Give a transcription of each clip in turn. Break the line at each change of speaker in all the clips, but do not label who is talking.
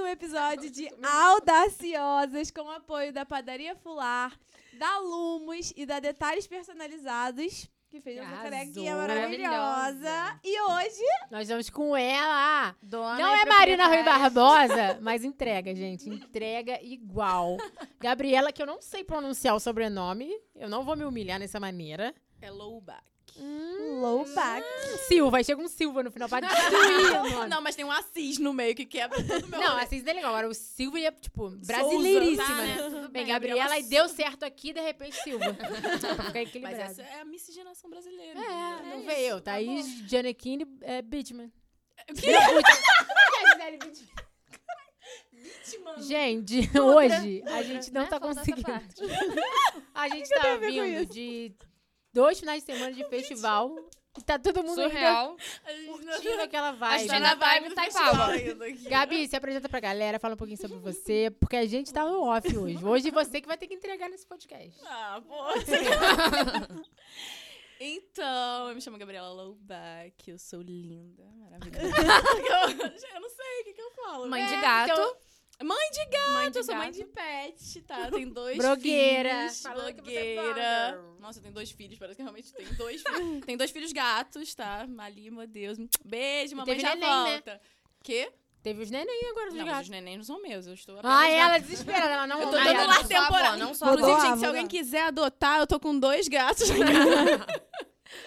um episódio de Audaciosas com apoio da Padaria Fular, da Lumos e da Detalhes Personalizados, que fez essa
Arrasou.
carequinha
Maravilhosa.
maravilhosa. E hoje,
Nós vamos com ela.
Dona
Não
e
é Marina Rui
proprietária.
Barbosa, mas entrega, gente. Entrega igual. Gabriela, que eu não sei pronunciar o sobrenome. Eu não vou me humilhar dessa maneira.
É Lowback.
Lowback.
Hum,
Silva, aí chega um Silva no final pra destruir o nome.
Não, mas tem um Assis no meio que quebra todo o meu
Não,
rolê.
a Cis é legal. Agora o Silva é, tipo, brasileiríssima,
Souza, tá,
né?
né? Tudo
Bem, Gabriela, e deu certo aqui, de repente, Silva. pra ficar
Mas
equilibrado.
essa é a miscigenação brasileira.
É,
né?
não
É
veio eu.
isso, tá
Thaís,
bom.
Giannichini, é, Bitman. Gente, hoje a gente não
né?
tá
Faltou essa
conseguindo.
parte.
A gente tá
a ver com
vindo de dois finais de semana de festival. E tá todo mundo ainda
A
Surreal.
tá gente não-
curtindo aquela
A
vibe. né?
gente ainda vai
tá
no
tá do
Taipava.
festival ainda aqui.
Gabi, se apresenta pra galera, fala um pouquinho sobre você, porque a gente tá no off hoje. Hoje você que vai ter que entregar nesse podcast.
Ah, pô. então, eu me chamo Gabriela Lowback, eu sou linda, maravilhosa. eu, eu não sei o que, que eu falo.
Mãe de
É,
gato.
então, mãe de gato,
mãe de
eu sou mãe
gato.
de pet, tá? Tem dois
Blogueira.
filhos.
Falando que você é
blogueira.
blogger.
Nossa, eu tenho dois filhos, parece que eu realmente tenho dois filhos. Tem dois filhos gatos, tá? Mali, meu Deus. Beijo, mamãe
teve
já
neném, né?
volta. Quê?
Teve os neném agora, os
Não, mas
gatos.
os neném não são meus, eu estou apenas
Ah,
dando
ela é desesperada, ela não
tá eu tô
Ah,
Ai,
dando um
ela
ela-
lar
não sou avó,
temporário.
não sou
Inclusive,
avó.
gente, se
Mudou.
alguém quiser adotar, eu tô com dois gatos. né?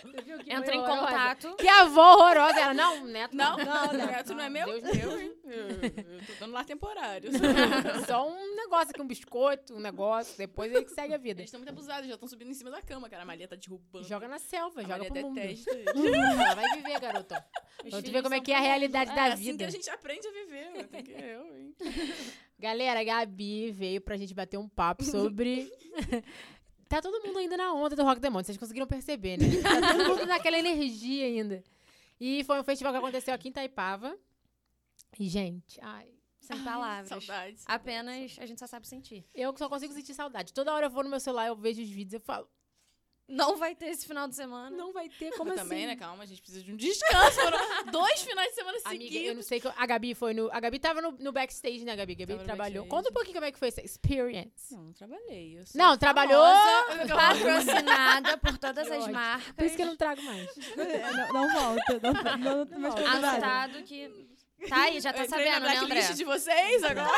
Tu viu que mãe
Entra em
horrorosa?
contato.
Que avó horrorosa. Ela, não, né, neto.
Não, não, não. Gato não é meu?
Deus meu.
Eu, eu tô dando lar temporário.
Só um negócio aqui, um biscoito, um negócio. Depois ele que segue a vida.
Eles estão muito abusados, já estão subindo em cima da cama, cara. A Maria tá derrubando.
Joga na selva,
a
joga
Maria
pro mundo. Uhum.
detesta eles.
Ela vai viver, garotão. Pra tu ver como é que é a realidade da
É assim que
vida.
a gente aprende a viver. né? Tem que eu, hein?
Galera, a Gabi veio pra gente bater um papo sobre. tá todo mundo ainda na onda do Rock Demônio, vocês conseguiram perceber, né? Tá todo mundo naquela energia ainda. E foi um festival que aconteceu aqui em Taipava. E, gente, ai,
Sem palavras.
Saudades.
Ah,
Apenas a gente só sabe sentir.
eu só consigo sentir saudade. Toda hora eu vou no meu celular, eu vejo os vídeos, eu falo,
Não vai ter esse final de semana.
não vai ter como
Como
assim.
também, né? Calma, a gente precisa de um descanso. Foram dois finais de semana
Amiga, eu não
seguidos.
sei que. eu- a Gabi foi no. A Gabi tava no, no backstage, né, Gabi? A Gabi
Tava no
trabalhou.
backstage.
Conta um pouquinho como é que foi essa experience.
Não, não trabalhei. eu sou
Não, trabalhou.
famosa.
Patrocinada por todas
Que
as
ódio.
marcas.
Por isso que eu não trago mais.
É, não, não volta. Não, não, não, mais convidada.
Anotado que. Tá aí, já tá
Eu entrei
sabendo,
na
né, André?
blacklist de vocês agora.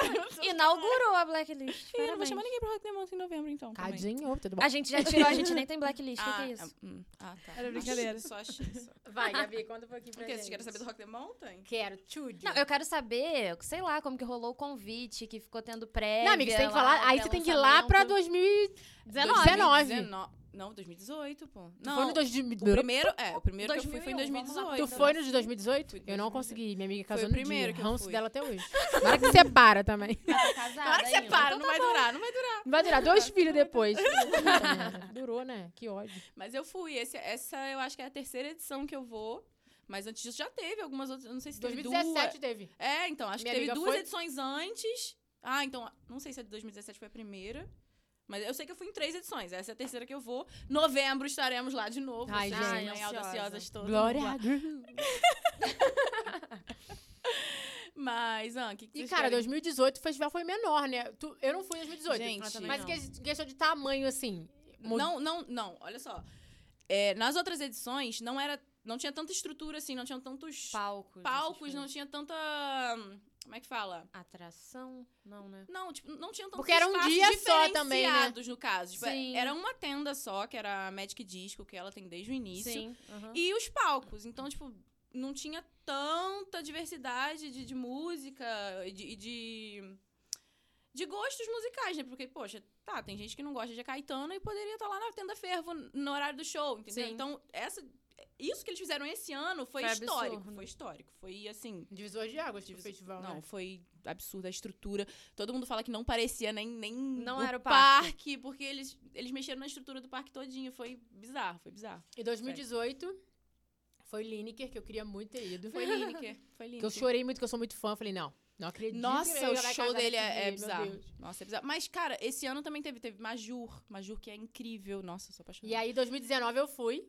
Inaugurou a blacklist.
Eu não vou
Parabéns.
chamar ninguém pro Rock Demons em novembro, então. também.
Cadinho, tudo bom.
A gente já tirou, a gente nem tem blacklist. O que, que é isso?
Ah, hum, ah, tá.
Era brincadeira.
Achei, só achei. Só.
Vai, Gabi, conta um pouquinho
Por quê? Vocês querem saber do Rock the Mountain?
Quero, tudo.
Não, eu quero saber, sei lá, como que rolou o convite, que ficou tendo prévia.
Não, amiga, você tem que
lá,
falar. Aí
até
você tem que ir lá pra
lançamento.
2019.
2019. Não, 2018, pô. Não,
Foi no
o
2018.
primeiro, é, o primeiro que eu fui foi em
2001, vamos lá.
2018.
Tu
Foi
foi no de 2018?
Fui,
Eu não
2018.
consegui. Minha amiga casou
Foi o
no dia.
primeiro que eu
ranço
fui.
dela até hoje. Para que separa também.
Tá casada
Claro que você
ainda.
para, Ah, não então tá vai durar, não vai durar.
Vai durar dois filhos depois. Puta merda. Durou, né? Que ódio.
Mas eu fui. Esse, essa eu acho que é a terceira edição que eu vou. Mas antes disso já teve algumas outras. eu Não sei se teve duas.
2017 teve.
É, então, acho
Minha
que teve
amiga
duas
foi-
edições antes. Ah, então, não sei se a de 2017 foi a primeira. Mas eu sei que eu fui em três edições. Essa é a terceira que eu vou. Novembro estaremos lá de novo.
Ai,
vocês,
gente.
né,
Ansiosa.
audaciosas todas.
Glória
vamos lá.
a Deus.
Mas, ah, o que, que
E,
vocês
cara,
querem?
2018 o festival foi menor, né? Tu- eu não fui em 2018.
Gente,
mas mas que- questão de tamanho, assim. mu-
Não, não, não. Olha só. É, nas outras edições, não era... Não tinha tanta estrutura, assim. Não tinha tantos
Palcos.
palcos.
né?
essas
Não
coisas.
tinha tanta... Como é que fala?
Atração? Não, né?
Não, tipo, não tinha tantos
Porque era um
espaços
dia só também, né?
diferenciados, no caso. Tipo,
Sim.
Era uma tenda só, que era a Magic Disco, que ela tem desde o início.
Sim. aham.
E os palcos. Então, tipo, não tinha tanta diversidade de, de música e de, e de. de gostos musicais, né? Porque, poxa, tá, tem gente que não gosta de Caetano e poderia estar lá na tenda fervo no horário do show, entendeu?
Sim.
Então, essa. Isso que eles fizeram esse ano foi,
Foi
histórico.
absurdo.
Foi histórico. Foi assim.
Divisor de águas tipo
Divisor-
festival,
Não,
né?
foi absurda a estrutura. Todo mundo fala que não parecia nem nem
Não era o
parque, porque eles eles mexeram na estrutura do parque todinho, foi bizarro, foi bizarro.
E 2018 foi Lineker, que eu queria muito ter ido.
Foi Lineker, foi
Que eu
Lineker.
chorei muito, que eu sou muito fã. Falei, não, não acredito. que
Nossa,
eu
o
ia casar
show
nesse
dele é, é
dia, meu
bizarro.
Deus.
Nossa, é bizarro. Mas, cara, esse ano também teve. Teve Majur. Majur que é incrível. Nossa, eu sou apaixonada.
E aí, 2019 eu fui.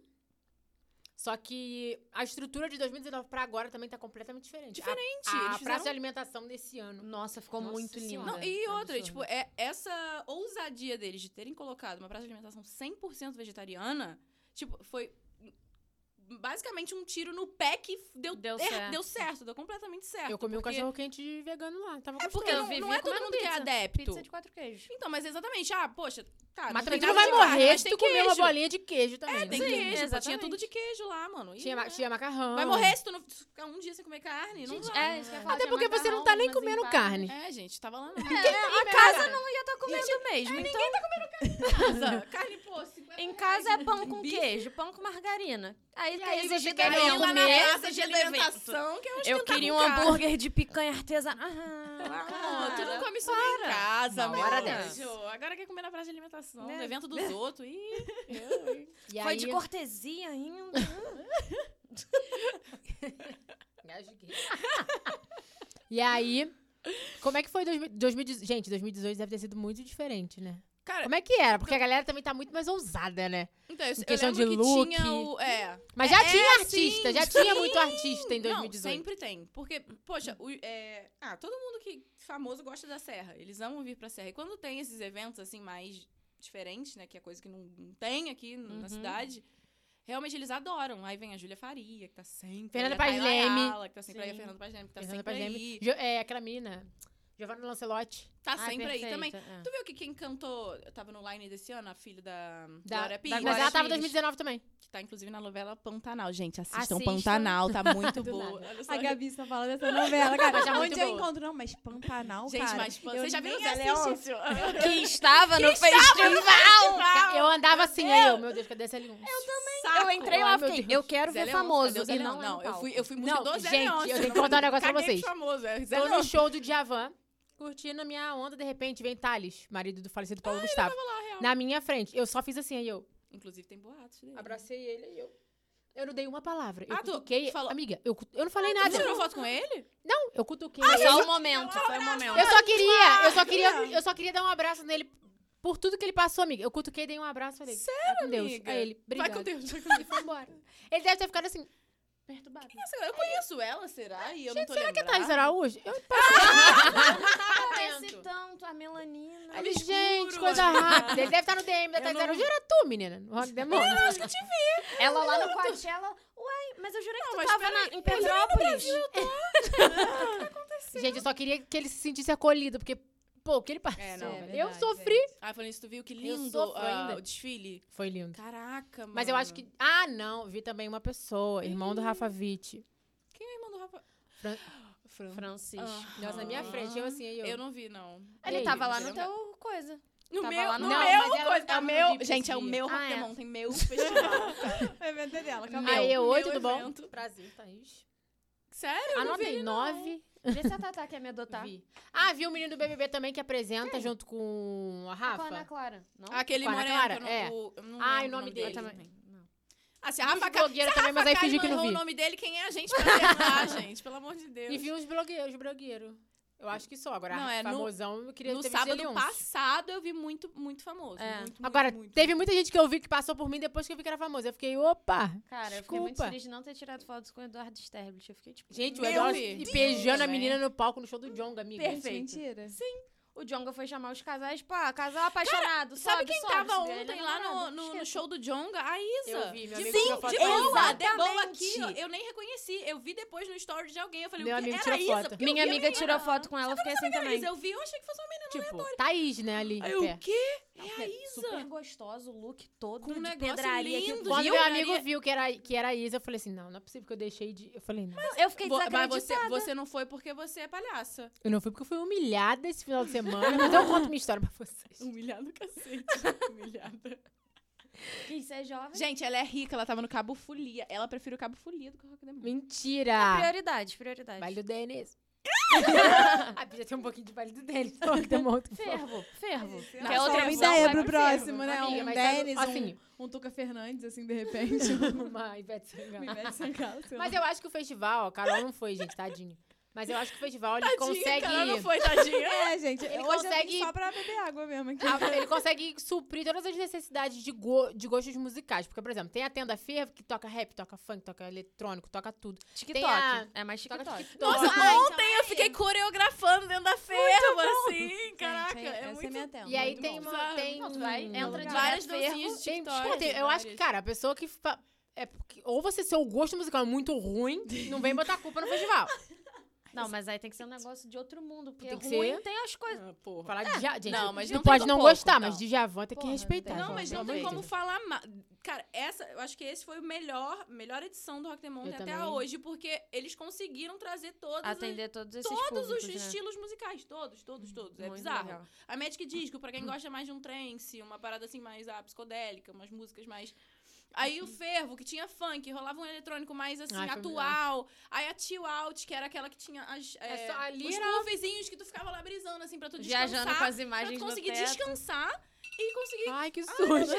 Só que a estrutura de 2019 pra agora também tá completamente diferente.
Diferente.
A, a
eles
praça
fizeram
de alimentação desse ano.
Nossa, ficou
Nossa
muito linda.
Senhora.
Não, e
É um
outra,
absurdo.
tipo, é essa ousadia deles de terem colocado uma praça de alimentação 100% vegetariana, tipo, foi basicamente um tiro no pé que deu,
Deu
er-
certo.
deu certo, deu completamente certo.
Eu comi um
porque-
cachorro quente vegano lá. Tava
É
gostoso.
porque não,
Eu
não
vivi
é todo
comendo
mundo que é
pizza.
adepto.
Pizza de quatro queijos.
Então, mas exatamente, ah, poxa, tá.
Mas
tem
também tu não
nada
vai
demais,
morrer
mas
se
tem
tu comer uma
queijo.
bolinha de queijo também.
É, tem
né?
queijo, pô, tinha
exatamente.
tudo de queijo lá, mano. E,
Tinha, ma-
né,
tinha um macarrão.
Vai morrer se tu não se ficar um dia sem comer carne? não
Gente,
vai.
é, isso que eu ia falar,
Até
tinha
porque você não tá nem
macarrão,
comendo
umas
carne.
É, gente, tava lá
empanadas.
na
É, a casa não ia estar comendo mesmo. então,
casa. Carne, pô, 50
em
reais,
casa é pão com
bife.
queijo, pão com margarina. Aí,
E aí
existe
você
quem
quer
não
ir lá na
comer,
praça de
existe do evento.
alimentação, que é um
Eu queria um hambúrguer de picanha artesanal. Ah,
Ah, tu não come isso nem em casa,
Uma
meu
hora
anjo.
dessa.
Agora quer comer na praça de alimentação,
Né?
no evento dos outros. Ih, eu, hein?
E
Foi
aí...
de cortesia ainda.
Engasguei. e aí, como é que foi 2000 2018? Gente, 2018 deve ter sido muito diferente, né?
Cara,
Como é que era? Porque a galera também tá muito mais ousada, né?
então, eu, eu
questão
lembro
de
que
look.
tinha o... É,
Mas já
É,
tinha
sim,
artista, já tinha muito artista em 2018.
Não, sempre tem. Porque, poxa, o- é, ah, todo mundo que famoso gosta da serra. Eles amam vir pra serra. E quando tem esses eventos, assim, mais diferentes, né? Que é coisa que não, não tem aqui n-
Uhum.
na cidade. Realmente eles adoram. Aí vem a Júlia Faria, que tá sempre.
Fernanda
aí, a Tayla
Paz Leme.
Ayala, que tá sempre aí. A
Sim.
Fernanda Paz Leme, que tá
Fernanda
sempre
Pazemi,
aí.
Jo- é, aquela mina. Giovanna Lancelotti.
Tá
Ah,
sempre aí
perfeita,
também.
é.
Tu viu que quem cantou, eu tava no line desse ano, a filha da,
Da-
Glória Pires,
Mas ela tava em
Pires.
2019 também.
que tá inclusive na novela Pantanal. Gente, assistam,
Assistam.
Pantanal, tá muito
Do
boa.
nada.
Olha só.
A Gabi só fala dessa novela, cara.
Mas é muito
Onde eu
boa.
encontro, não, mas Pantanal,
Gente,
cara.
mas
eu
você já viu o
nem é
é
Zé
assisti.
Leôncio?
Que estava no festival.
Eu andava assim, aí eu, meu Deus, cadê essa L1?
Eu entrei lá
Ai,
e
meu
fiquei,
Deus.
eu quero
Zé
ver
Leôncio,
famoso.
cadê o Zé
E
Leôncio?
não, é no
eu
palco.
fui, eu fui música
Não,
do Zé
gente,
Leôncio.
eu tenho que contar um negócio pra
Caguei
vocês.
de famoso, é Zé
Tô no
Leôncio.
show do Djavan, curtindo a minha onda, de repente vem Thales, marido do falecido Paulo Gustavo,
real.
na minha frente. Eu só fiz assim, aí eu
Inclusive tem boatos dele.
abracei ele, aí eu... Eu não dei uma palavra. Eu
Ah, tu-
cutuquei...
tu falou-
Amiga, eu, cu- eu não falei
Você
nada.
tirou foto com ele? um
Não, eu cutuquei ele.
Só o momento, foi o momento.
Eu só queria, eu só queria, eu só queria dar um abraço nele por tudo que ele passou, amiga. Eu cutuquei, dei um abraço, falei. Sério, com Deus.
amiga?
Aí ele,
Vai
obrigado.
com Deus. vai com
E foi embora. Ele deve ter ficado assim, perturbado.
Deus. Eu conheço ela, será? E eu não tô
será que é
lembrada.
Thais Araújo? Eu
Esse tanto, a melanina.
falei,
escuro,
gente, coisa
amiga.
rápida. Ele deve estar no DM da
Eu
Thais
não-
Araújo. Era tu, menina, no Rock Demônio.
Ela lá no Coachella, uai, mas eu jurei que
Não,
tu
mas
tava na, em Petrópolis.
Gente, eu só queria que ele se sentisse acolhido, porque, pô, o que ele passou.
É, não,
é
eu
verdade,
sofri.
Ah, falando isso, tu viu que lindo
sofro
ah,
ainda.
o desfile?
Foi lindo.
Caraca, mano.
Mas eu acho que. Ah, não. Vi também uma pessoa, irmão do Rafa Witt.
Quem é irmão do Rafa?
Fran-
Fran.
Francis.
Ah.
Nossa, na minha frente, eu assim, aí eu.
Eu não vi, não.
Ele
Ei,
tava lá
você
no
não-
teu coisa.
No
Tava
meu,
lá
no
no-
Não,
meu
mas ela
coisa.
tava
É o
no
meu,
VIP
gente, é o
esse
meu
dia. Ah, é.
Pokémon, tem meu festival.
O evento é dela, calma
Aí eu, oi,
meu
tudo bom?
evento.
Prazer, Thaís.
Sério?
Anotei, nove.
Vê se a Tatá quer me adotar.
Vi. Ah, vi o menino do BBB também que apresenta junto com a
Com a Ana
Rafa.
Clara. Não?
Aquele
Com a Ana
moreno,
Clara,
que eu não,
é.
o- eu não
Ah,
lembro
e o nome dele.
também.
Não.
Ah, se a
Uns
Rafa Ca-
blogueiros também, mas aí
Rafa
fingi que
Kalimann
não
errou
vi.
o nome dele, quem é a gente pra acertar, gente? Pelo amor de Deus.
E vi uns blogueiros, blogueiro. Eu acho que só. Agora,
Não, é, no-
famosão, eu queria
no
ter
sábado
visto ele uns.
passado eu vi muito, muito famoso.
É.
Muito, muito,
Agora,
muito.
teve muita gente que eu vi que passou por mim depois que eu vi que era famoso. Eu fiquei, opa!
Cara, eu fiquei muito
desculpa.
feliz de não ter tirado fotos com o Eduardo Sterblich. Eu fiquei tipo...
Gente, o
Meu né?
Eduardo
Deus.
e beijando a
Também.
menina no palco no show do Jonga, amiga.
Perfeito.
Mentira.
O Jonga foi chamar os casais, pô, casal apaixonado,
Sabe
sobe,
quem
sobe,
tava
subiu, ele
ontem
é
lá no,
namorado,
no- no
esquece.
show do Jonga? A Isa.
Eu vi, meu
De
amigo
sim,
tirou foto
de
dela.
boa, de boa aqui.
Exatamente.
ó, Eu nem reconheci. Eu vi depois no story de alguém. Eu falei,
Meu
o que
amigo
era
tirou
a Isa?
foto.
Porque eu
Minha
vi, eu
amiga
vi.
tirou foto com ela, eu fiquei assim
Era a
também.
Isa. Eu vi, eu achei que fosse uma menina.
Tipo, Thaís, né, ali.
Aí
em
eu,
pé.
o quê? É a
Super
Isa.
gostoso, o look todo
Com um
de
negócio
pedraria. que-
lindo,
Quando
viu,
meu
Maria?
amigo viu que era, que era a Isa, eu falei assim, não, não é possível que eu deixei de... Eu falei, não.
Eu fiquei
Vo- Mas você,
desacreditada.
você não foi porque você é palhaça.
Eu não fui porque eu fui humilhada esse final de semana. Mas eu conto minha história pra vocês.
Humilhado, cacete. Humilhada.
Quem você é jovem...
Gente, ela é rica, ela tava no Cabo Folia. Ela prefere o Cabo Folia do que o Rock Demônio.
Mentira!
Ah. Prioridade, prioridade.
Vale do Denis. ah, podia ter um pouquinho de vale do Denis. Só que tá morto.
Fervo, fervo.
Isso,
Não,
Que é
só
outra
uma
opção,
ideia
vai
pro
pro
próximo, né?
Amiga,
um
mas sabe,
Denis,
assim,
um, um Tuca Fernandes, assim, de repente.
uma Ivete
Uma
Sangalo.
Ivete Sangalo, sei lá.
Mas eu acho que o festival, a Carol não foi, gente, tadinho. Mas eu acho que o festival ele
Tadinha,
consegue.
cara, não foi, tadinha.
É, gente,
Ele
hoje eu
consegue-
vim só pra beber água mesmo aqui.
Ah, Ele consegue suprir todas as necessidades de, go- de gostos musicais. Porque, por exemplo, tem a tenda ferva que toca rap, toca funk, toca eletrônico, toca tudo.
TikTok.
a-
É mais
Toca
TikTok.
TikTok.
Nossa,
Ah, então
ontem eu fiquei coreografando dentro da ferva, assim. Caraca,
gente,
é
essa é
muito...
minha tenda.
E aí
Muito
tem
bom.
uma.
Sabe?
Tem
Não, tu vai,
um-
entra direto,
Várias
fervo,
dancinhas de
Tem-
TikTok.
pô, tem- eu acho que,
várias.
cara, a pessoa que. fa- É porque, ou você, seu gosto musical é muito ruim, não vem botar culpa no festival.
Não, mas aí tem que ser um negócio de outro mundo, porque
Tem que
ruim
ser.
tem as coisas.
Ah, porra.
Falar de Dja- gente,
Não, mas
tu
não tem
pode
como
É, não
pouco,
gostar, mas
não.
de Javan tem que
Porra, não
respeitar.
tem
Não,
Tá,
mas
bom,
não tem
beleza.
como falar mal. Cara, essa, eu acho que esse foi o melhor, melhor edição do Rock the Mountain
Eu
até
também.
hoje, porque eles conseguiram trazer todas as-
Atender todos esses
todos os
públicos, né?
estilos musicais, todos, todos, todos. É
Muito
bizarro.
legal. Hum.
A Magic Disco, pra quem gosta mais de um trance, uma parada assim mais ah, psicodélica, umas músicas mais. Aí o Fervo, que tinha funk, rolava um eletrônico mais assim,
Ah, é
Ai, foi
atual. Aí a Chill Out, que era aquela que tinha as,
É
é,
só- ali
os
era-
puffzinhos que tu ficava lá brisando, assim, pra tu descansar.
Viajando com as
pra
imagens
tu
no
conseguir
teto.
descansar e conseguir
Ai, que susto!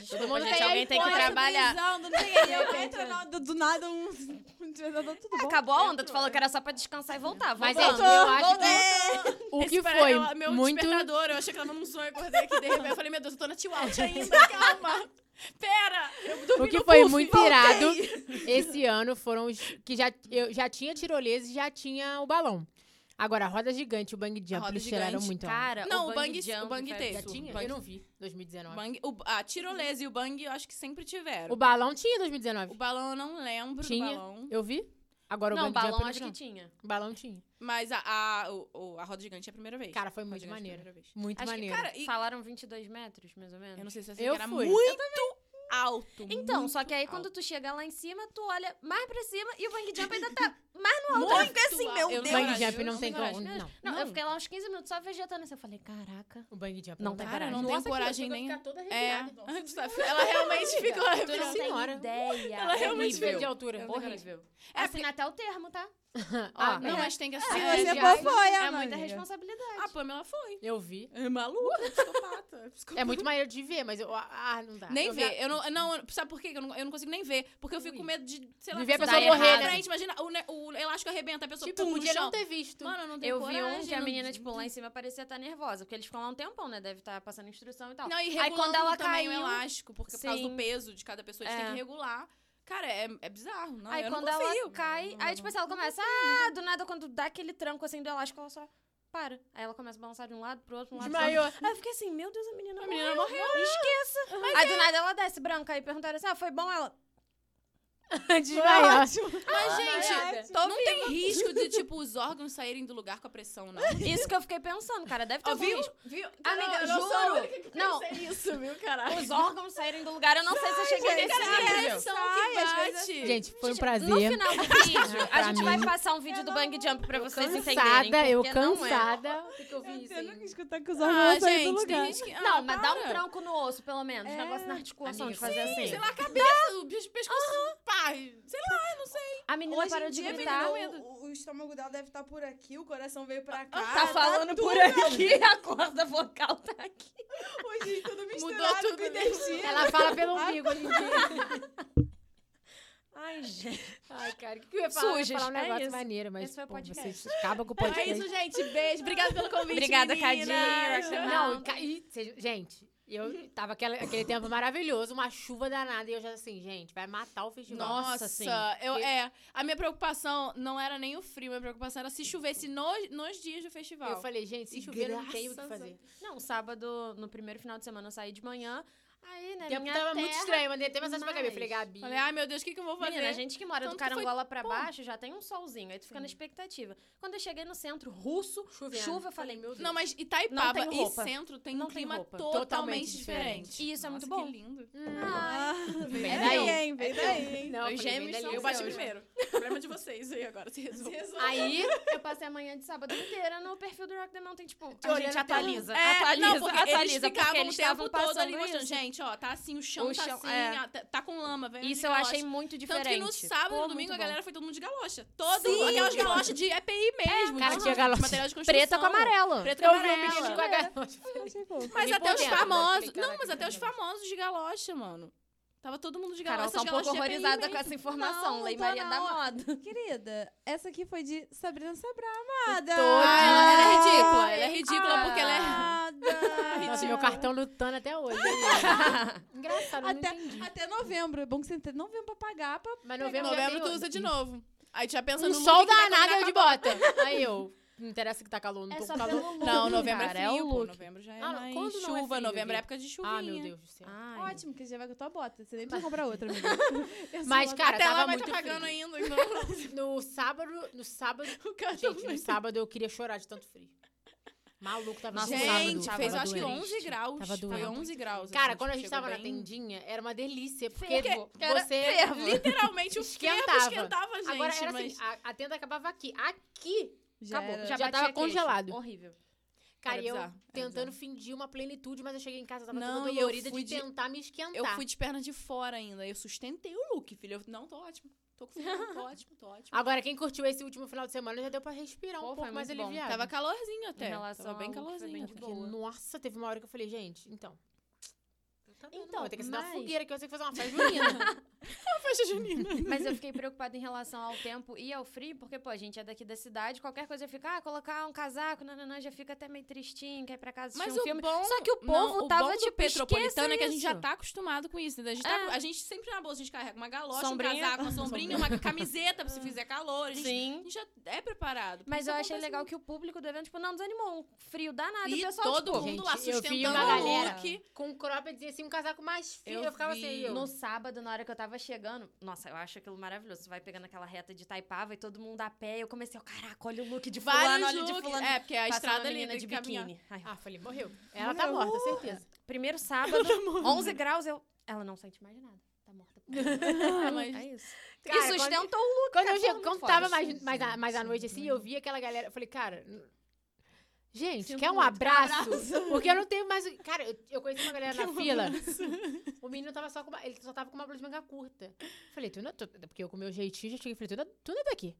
Desculpa,
mundo
gente,
tem
alguém tem que
iPhone,
trabalhar.
Não tem aí, eu entro
né?
na- do, do nada um... um despertador, Tudo bom?
Acabou a onda, tu falou que era só pra descansar e voltar.
Mas é,
voltando.
eu acho que o
Esse
que
pare-
foi
eu- meu
muito...
despertador, eu achei que ela num sonho, eu acordei aqui de repente. Eu falei, meu Deus, eu tô na chill out ainda, calma. Pera! Eu dormi
O que
no
foi
puff,
muito
voltei.
irado esse ano foram os que já, eu já tinha tirolesa e já tinha o balão. Agora, a roda gigante, o bang
roda
jump, eles tiraram
gigante,
muito. a onda.
Cara,
Não,
o
o
Bang,
Bang-
Jump
o Bang
foi
teve.
já
absurdo.
tinha?
Bang-
Eu não vi. 2019.
Bang, o, a tirolesa e o bang, eu acho que sempre
O
tiveram.
balão tinha
O,
2019.
balão eu não lembro
Tinha.
do balão.
Eu vi. Agora
Não,
o bang
balão
jump,
acho
não.
que tinha.
Balão tinha.
Mas a, a, o- o- a roda gigante é a primeira vez.
Cara, foi
A roda
muito
gigante é a
maneiro.
primeira vez.
Muito
Acho que,
maneiro.
cara,
Cara, e-
falaram 22 metros, mais ou menos.
Eu não sei se essa
Eu
era
fui.
muito alto.
Então,
muito
só que aí
alto.
quando tu chega lá em cima, tu olha mais pra cima e o Bang Jump ainda tá mais no alto.
muito
assim, meu
eu
o
não
bang
coragem,
jump
eu
não tem
coragem.
como. Não.
Não, eu fiquei lá uns 15 minutos só vegetando assim. Eu falei, caraca.
O bang jump
Não
dá.
tem
Cara, eu não
Nossa,
tenho
que
coragem
eu vou
nenhuma.
ficar toda
É.
arrepiada.
Antes da- Ela realmente ficou
Tu não
Senhora.
tem ideia. É
Ela realmente
Dois metros de
horrível.
altura.
Horrível.
É,
Assina até o termo, tá?
Ah,
Não,
É.
mas tem que
Se
assinar.
Assim,
você
É, já-
for, foi,
É
Ana,
muita
amiga.
responsabilidade.
A Pamela foi.
Eu vi.
É maluca, psicopata.
É muito maneiro de ver, mas eu... Ah, não dá.
Nem
Eu vi
ver. Eu não, não, sabe por quê? Que Eu não, eu não consigo nem ver. Porque eu fico
Ui.
com medo de, sei lá,
De ver a
você
pessoa
tá
morrer,
na
né?
frente, imagina, o, ne- o elástico arrebenta, a pessoa
Tipo,
pum, no
podia não
chão.
ter visto.
Mano, eu não tenho
Eu vi um que
coragem,
a
não-
menina, tipo, lá em cima parecia estar nervosa, porque eles ficam lá um tempão, né? Deve estar passando instrução e tal.
Não, e
Aí
regulando
quando ela
também
caiu.
o elástico, porque por causa
Sim.
do peso de cada pessoa, eles
É.
têm que regular. Cara, é, é bizarro. Não,
aí
eu
quando
não confio.
ela cai, aí, tipo assim, ela começa, ah, do nada, quando dá aquele tranco assim do elástico, ela só para. Aí ela começa a balançar de um lado pro outro, pra um lado pro outro.
Desmaiou.
Aí eu fiquei assim, meu Deus, a menina
A
morreu.
menina morreu. é.
Aí do nada ela desce branca aí perguntaram assim, ah, foi bom ela? "Ah,
Desmaiou.
Mas, gente,
Gente,
não tem risco de, tipo, os órgãos saírem do lugar com a pressão, não.
Isso que eu fiquei pensando, cara, deve ter
Ó,
algum
viu?
risco.
Viu?
Amiga, juro. Não,
isso, viu, caralho?
os órgãos saírem do lugar, eu não sei se eu cheguei
gente,
nesse
cara,
nível.
é
pressão
Sai, às
que
vezes é
bate.
Gente, foi um
No
prazer.
final do vídeo, a
Pra
gente
mim.
vai passar um vídeo do Bang Jump pra vocês entenderem.
Cansada, eu
porque não é.
cansada. O que que eu vi isso
Eu nunca
aí?
escutar que os olhos
ah,
vão sair do
gente,
lugar.
tem gente que... Ah,
Não, mas dá um
para.
tranco no osso, pelo menos. um
É.
Negócio na articulação
Amiga,
de fazer
sim,
assim.
sei
Sei lá, a cabeça, Ah, o bicho pescoço. Pá, sei lá.
A menina
Hoje
parou
em
de
dia,
gritar.
menina, o, o estômago dela deve estar por aqui, o coração veio pra cá.
Tá falando
tudo
por aqui, a corda vocal tá aqui.
O jeito tudo misturado
tudo,
com
né?
intestino.
Ela fala pelo umbigo hoje em dia.
Ai, gente.
Ai, cara, o que, que eu ia falar? Eu ia
Sujas,
falar um
é
negócio
isso.
maneiro, mas
Esse foi o
pô,
podcast.
vocês acabam com o
Então
podcast.
é isso, gente. Beijo. Obrigada pelo convite,
Obrigada,
meninas.
Cadinho, Roxana.
Não, e ca- e, cê- gente, eu tava aquela- aquele tempo maravilhoso, uma chuva danada, e eu já assim, gente, vai matar o festival. Assim,
Nossa,
sim.
eu,
Eu-
é. A minha preocupação não era nem o frio, minha preocupação era se chovesse no- nos dias do festival.
Eu falei, gente, se chover, eu não tem o que
Graças a
fazer.
Não, sábado, no primeiro final de semana, eu saí de manhã. Aí, né,
O tempo
minha
tava
terra...
muito estranho, mandei até mensagem pra Gabi. Eu falei,
mas-
Gabi.
Falei, "Ah, ai meu Deus, o que, que eu vou fazer?
Menina, a gente que mora do
Tanto que foi-
Carangola pra
pô.
baixo já tem um solzinho, aí tu fica na expectativa. Quando eu cheguei no centro, russo,
Chovendo.
chuva, eu falei, meu Deus.
Não, mas
Não
Itaipaba
tem
e
roupa.
centro tem
Não
um
tem
clima
roupa.
totalmente,
Totalmente
diferente.
diferente.
E isso é muito
Nossa,
bom.
Que lindo.
Ah, vem
Vem
daí,
daí.
hein? Vem É daí.
Não, eu
é Os
falei, bem
gêmeos são-
delícia
Eu bati
hoje.
primeiro. Problema de vocês aí agora, se resolve.
Aí, eu passei a manhã de sábado inteira no perfil do Rock the Mountain, tipo, a
olhando
gente
o
atualiza,
É,
atualiza,
não, porque
atualiza,
eles ficavam
porque eles
o tempo
estavam
todo
passando
ali mostrando.
isso.
Gente, ó, tá assim, o chão
O
tá
chão,
assim,
é.
ah, tá, tá com lama. Vem
Isso
de
eu
galocha.
achei muito diferente.
Tanto que no sábado e
Pô,
no domingo
muito
a
bom.
galera foi todo mundo de galocha. Todas aquelas galochas de EPI mesmo.
Cara,
de-
tinha galocha
de material de construção.
Preta com amarela.
Preta com
Eu vi o
amarela.
menino com a garota.
Achei fofo.
Mas
Me
até os
empolguei, né?
famosos.
Falei,
Não, mas
caraca,
até os
que legal.
famosos de galocha, mano. Tava todo mundo de
Carol
galocha.
tá um pouco horrorizada com essa informação.
Não,
Lei
tá
tô
Maria da
não.
Moda.
Querida, essa aqui foi de Sabrina Sabra, amada.
Ah, ela, ela é ridícula. Ela é ridícula
Ai,
porque ela é.
Amada.
Nossa, meu cartão lutando até hoje. né? Engraçado, eu
Até,
não entendi.
até novembro. É bom que você tem novembro pra pagar. Pra...
Mas
Em
novembro, já
novembro
veio
tu usa de novo. Aí tu já pensa
Um
no look
sol
que vai
danado
combinar
eu de
com a
bota. Aí eu, não interessa que tá calor, não
É
tô
só
com calor.
pelo look,
Não, novembro
cara,
é frio,
o
pô.
look.
Novembro já é
Ah,
mais
quando não é
chuva.
frio,
novembro é
Vivi?
época de chuvinha.
Ah, meu Deus do céu.
Ai.
Ótimo, que você já vai com a tua bota. Você nem precisa comprar outra, amiga. Eu sou
Mas,
uma-
cara,
Até
tava
lá vai
muito
tá pagando
frio.
ainda, então.
No sábado, no sábado,
o cartão
gente,
vai-
no sábado eu queria chorar de tanto frio. Maluco, tava
Nossa,
no sábado,
Gente, fez eu
tava
acho que
doente.
11 graus.
Tava
Foi
doente.
11 graus. assim,
Cara, quando a gente
chegou
tava na
bem-
tendinha, era uma delícia, porque
Fervo.
Era
você
fervo.
Literalmente o esquentava.
Esquentava.
esquentava a gente.
Agora era assim,
mas...
a, a tenda acabava aqui. Aqui!
Já
acabou.
era.
Tá Já tava
batia queixo.
congelado.
Horrível.
Cara,
Era
e eu
bizarro, era
tentando
bizarro.
fingir uma plenitude, mas eu cheguei em casa, tava
Não,
toda
e eu
dolorida
fui
de,
de-
tentar me esquentar.
Eu fui de perna de fora ainda. Eu sustentei o look, filho. Eu, não, tô ótimo. Tô com fome, tô ótimo, tô ótimo.
Agora, quem curtiu esse último final de semana já deu pra respirar
Pô,
um
foi
pouco mais
muito bom.
aliviado.
Tava calorzinho até.
Em relação
tava bem
ao look, foi bem
calorzinho.
de
até.
Porque,
boa.
nossa, teve uma hora que eu falei, gente, então... Então,
Então,
vai ter que acender uma
mas-
fogueira que eu sei fazer uma festa junina.
Festa junina.
Mas eu fiquei preocupada em relação ao tempo e ao frio, porque, pô, a gente é daqui da cidade, qualquer coisa já fica, ah, colocar um casaco, não, não, não, já fica até meio tristinho, quer ir pra casa
Mas
assistir um
o
filme.
bom...
Só que o
não,
povo
o
tava,
bom do
tipo,
petropolitano
esqueça
é que a gente já
isso.
tá acostumado com isso, né? A gente, tá- a gente sempre na bolsa, a gente carrega uma galocha,
Sombrinha.
um casaco, uma sombrinha, É. uma camiseta pra se fizer calor. A gente, a
Sim.
gente já é preparado.
Mas eu achei legal
que
que o público do evento, tipo, não desanimou. Um frio danado.
E
o pessoal,
todo mundo
tipo,
Gente,
lá
eu vi
sustentando
uma galera
o look.
com um cropped e assim, um casaco mais frio. Eu,
Eu
ficava
vi.
assim, eu...
No sábado, na hora que eu tava chegando, nossa, eu acho aquilo maravilhoso. Você vai pegando aquela reta de Taipava e todo mundo a pé. Eu comecei, ó, caraca, olha o look de fulano,
Vários
olha o de
looks.
fulano.
É, porque a
Passou
estrada
uma
ali
menina
tem
de
que caminhar.
biquíni. Ai,
Ah, falei, morreu. Ela tá morta, certeza.
primeiro sábado, 11 graus, eu... Ela não sente mais nada. Tá morta.
Ah, mas-
É isso.
Cara,
e
quando-
sustentou o look,
Quando
cara,
eu chego,
foi
quando
muito
tava
foda.
mais, mais, a- mais à noite assim, eu vi aquela galera. Eu falei, cara. n- Gente,
Sinto
quer um
muito, quer um
abraço? Porque eu não tenho mais. o- Cara, eu, eu conheci uma galera na fila. O menino tava só com uma, ele só tava com uma blusa de manga curta. Falei, tu não. Tu, porque eu com o meu jeitinho já cheguei e falei, tu não, tu não é daqui.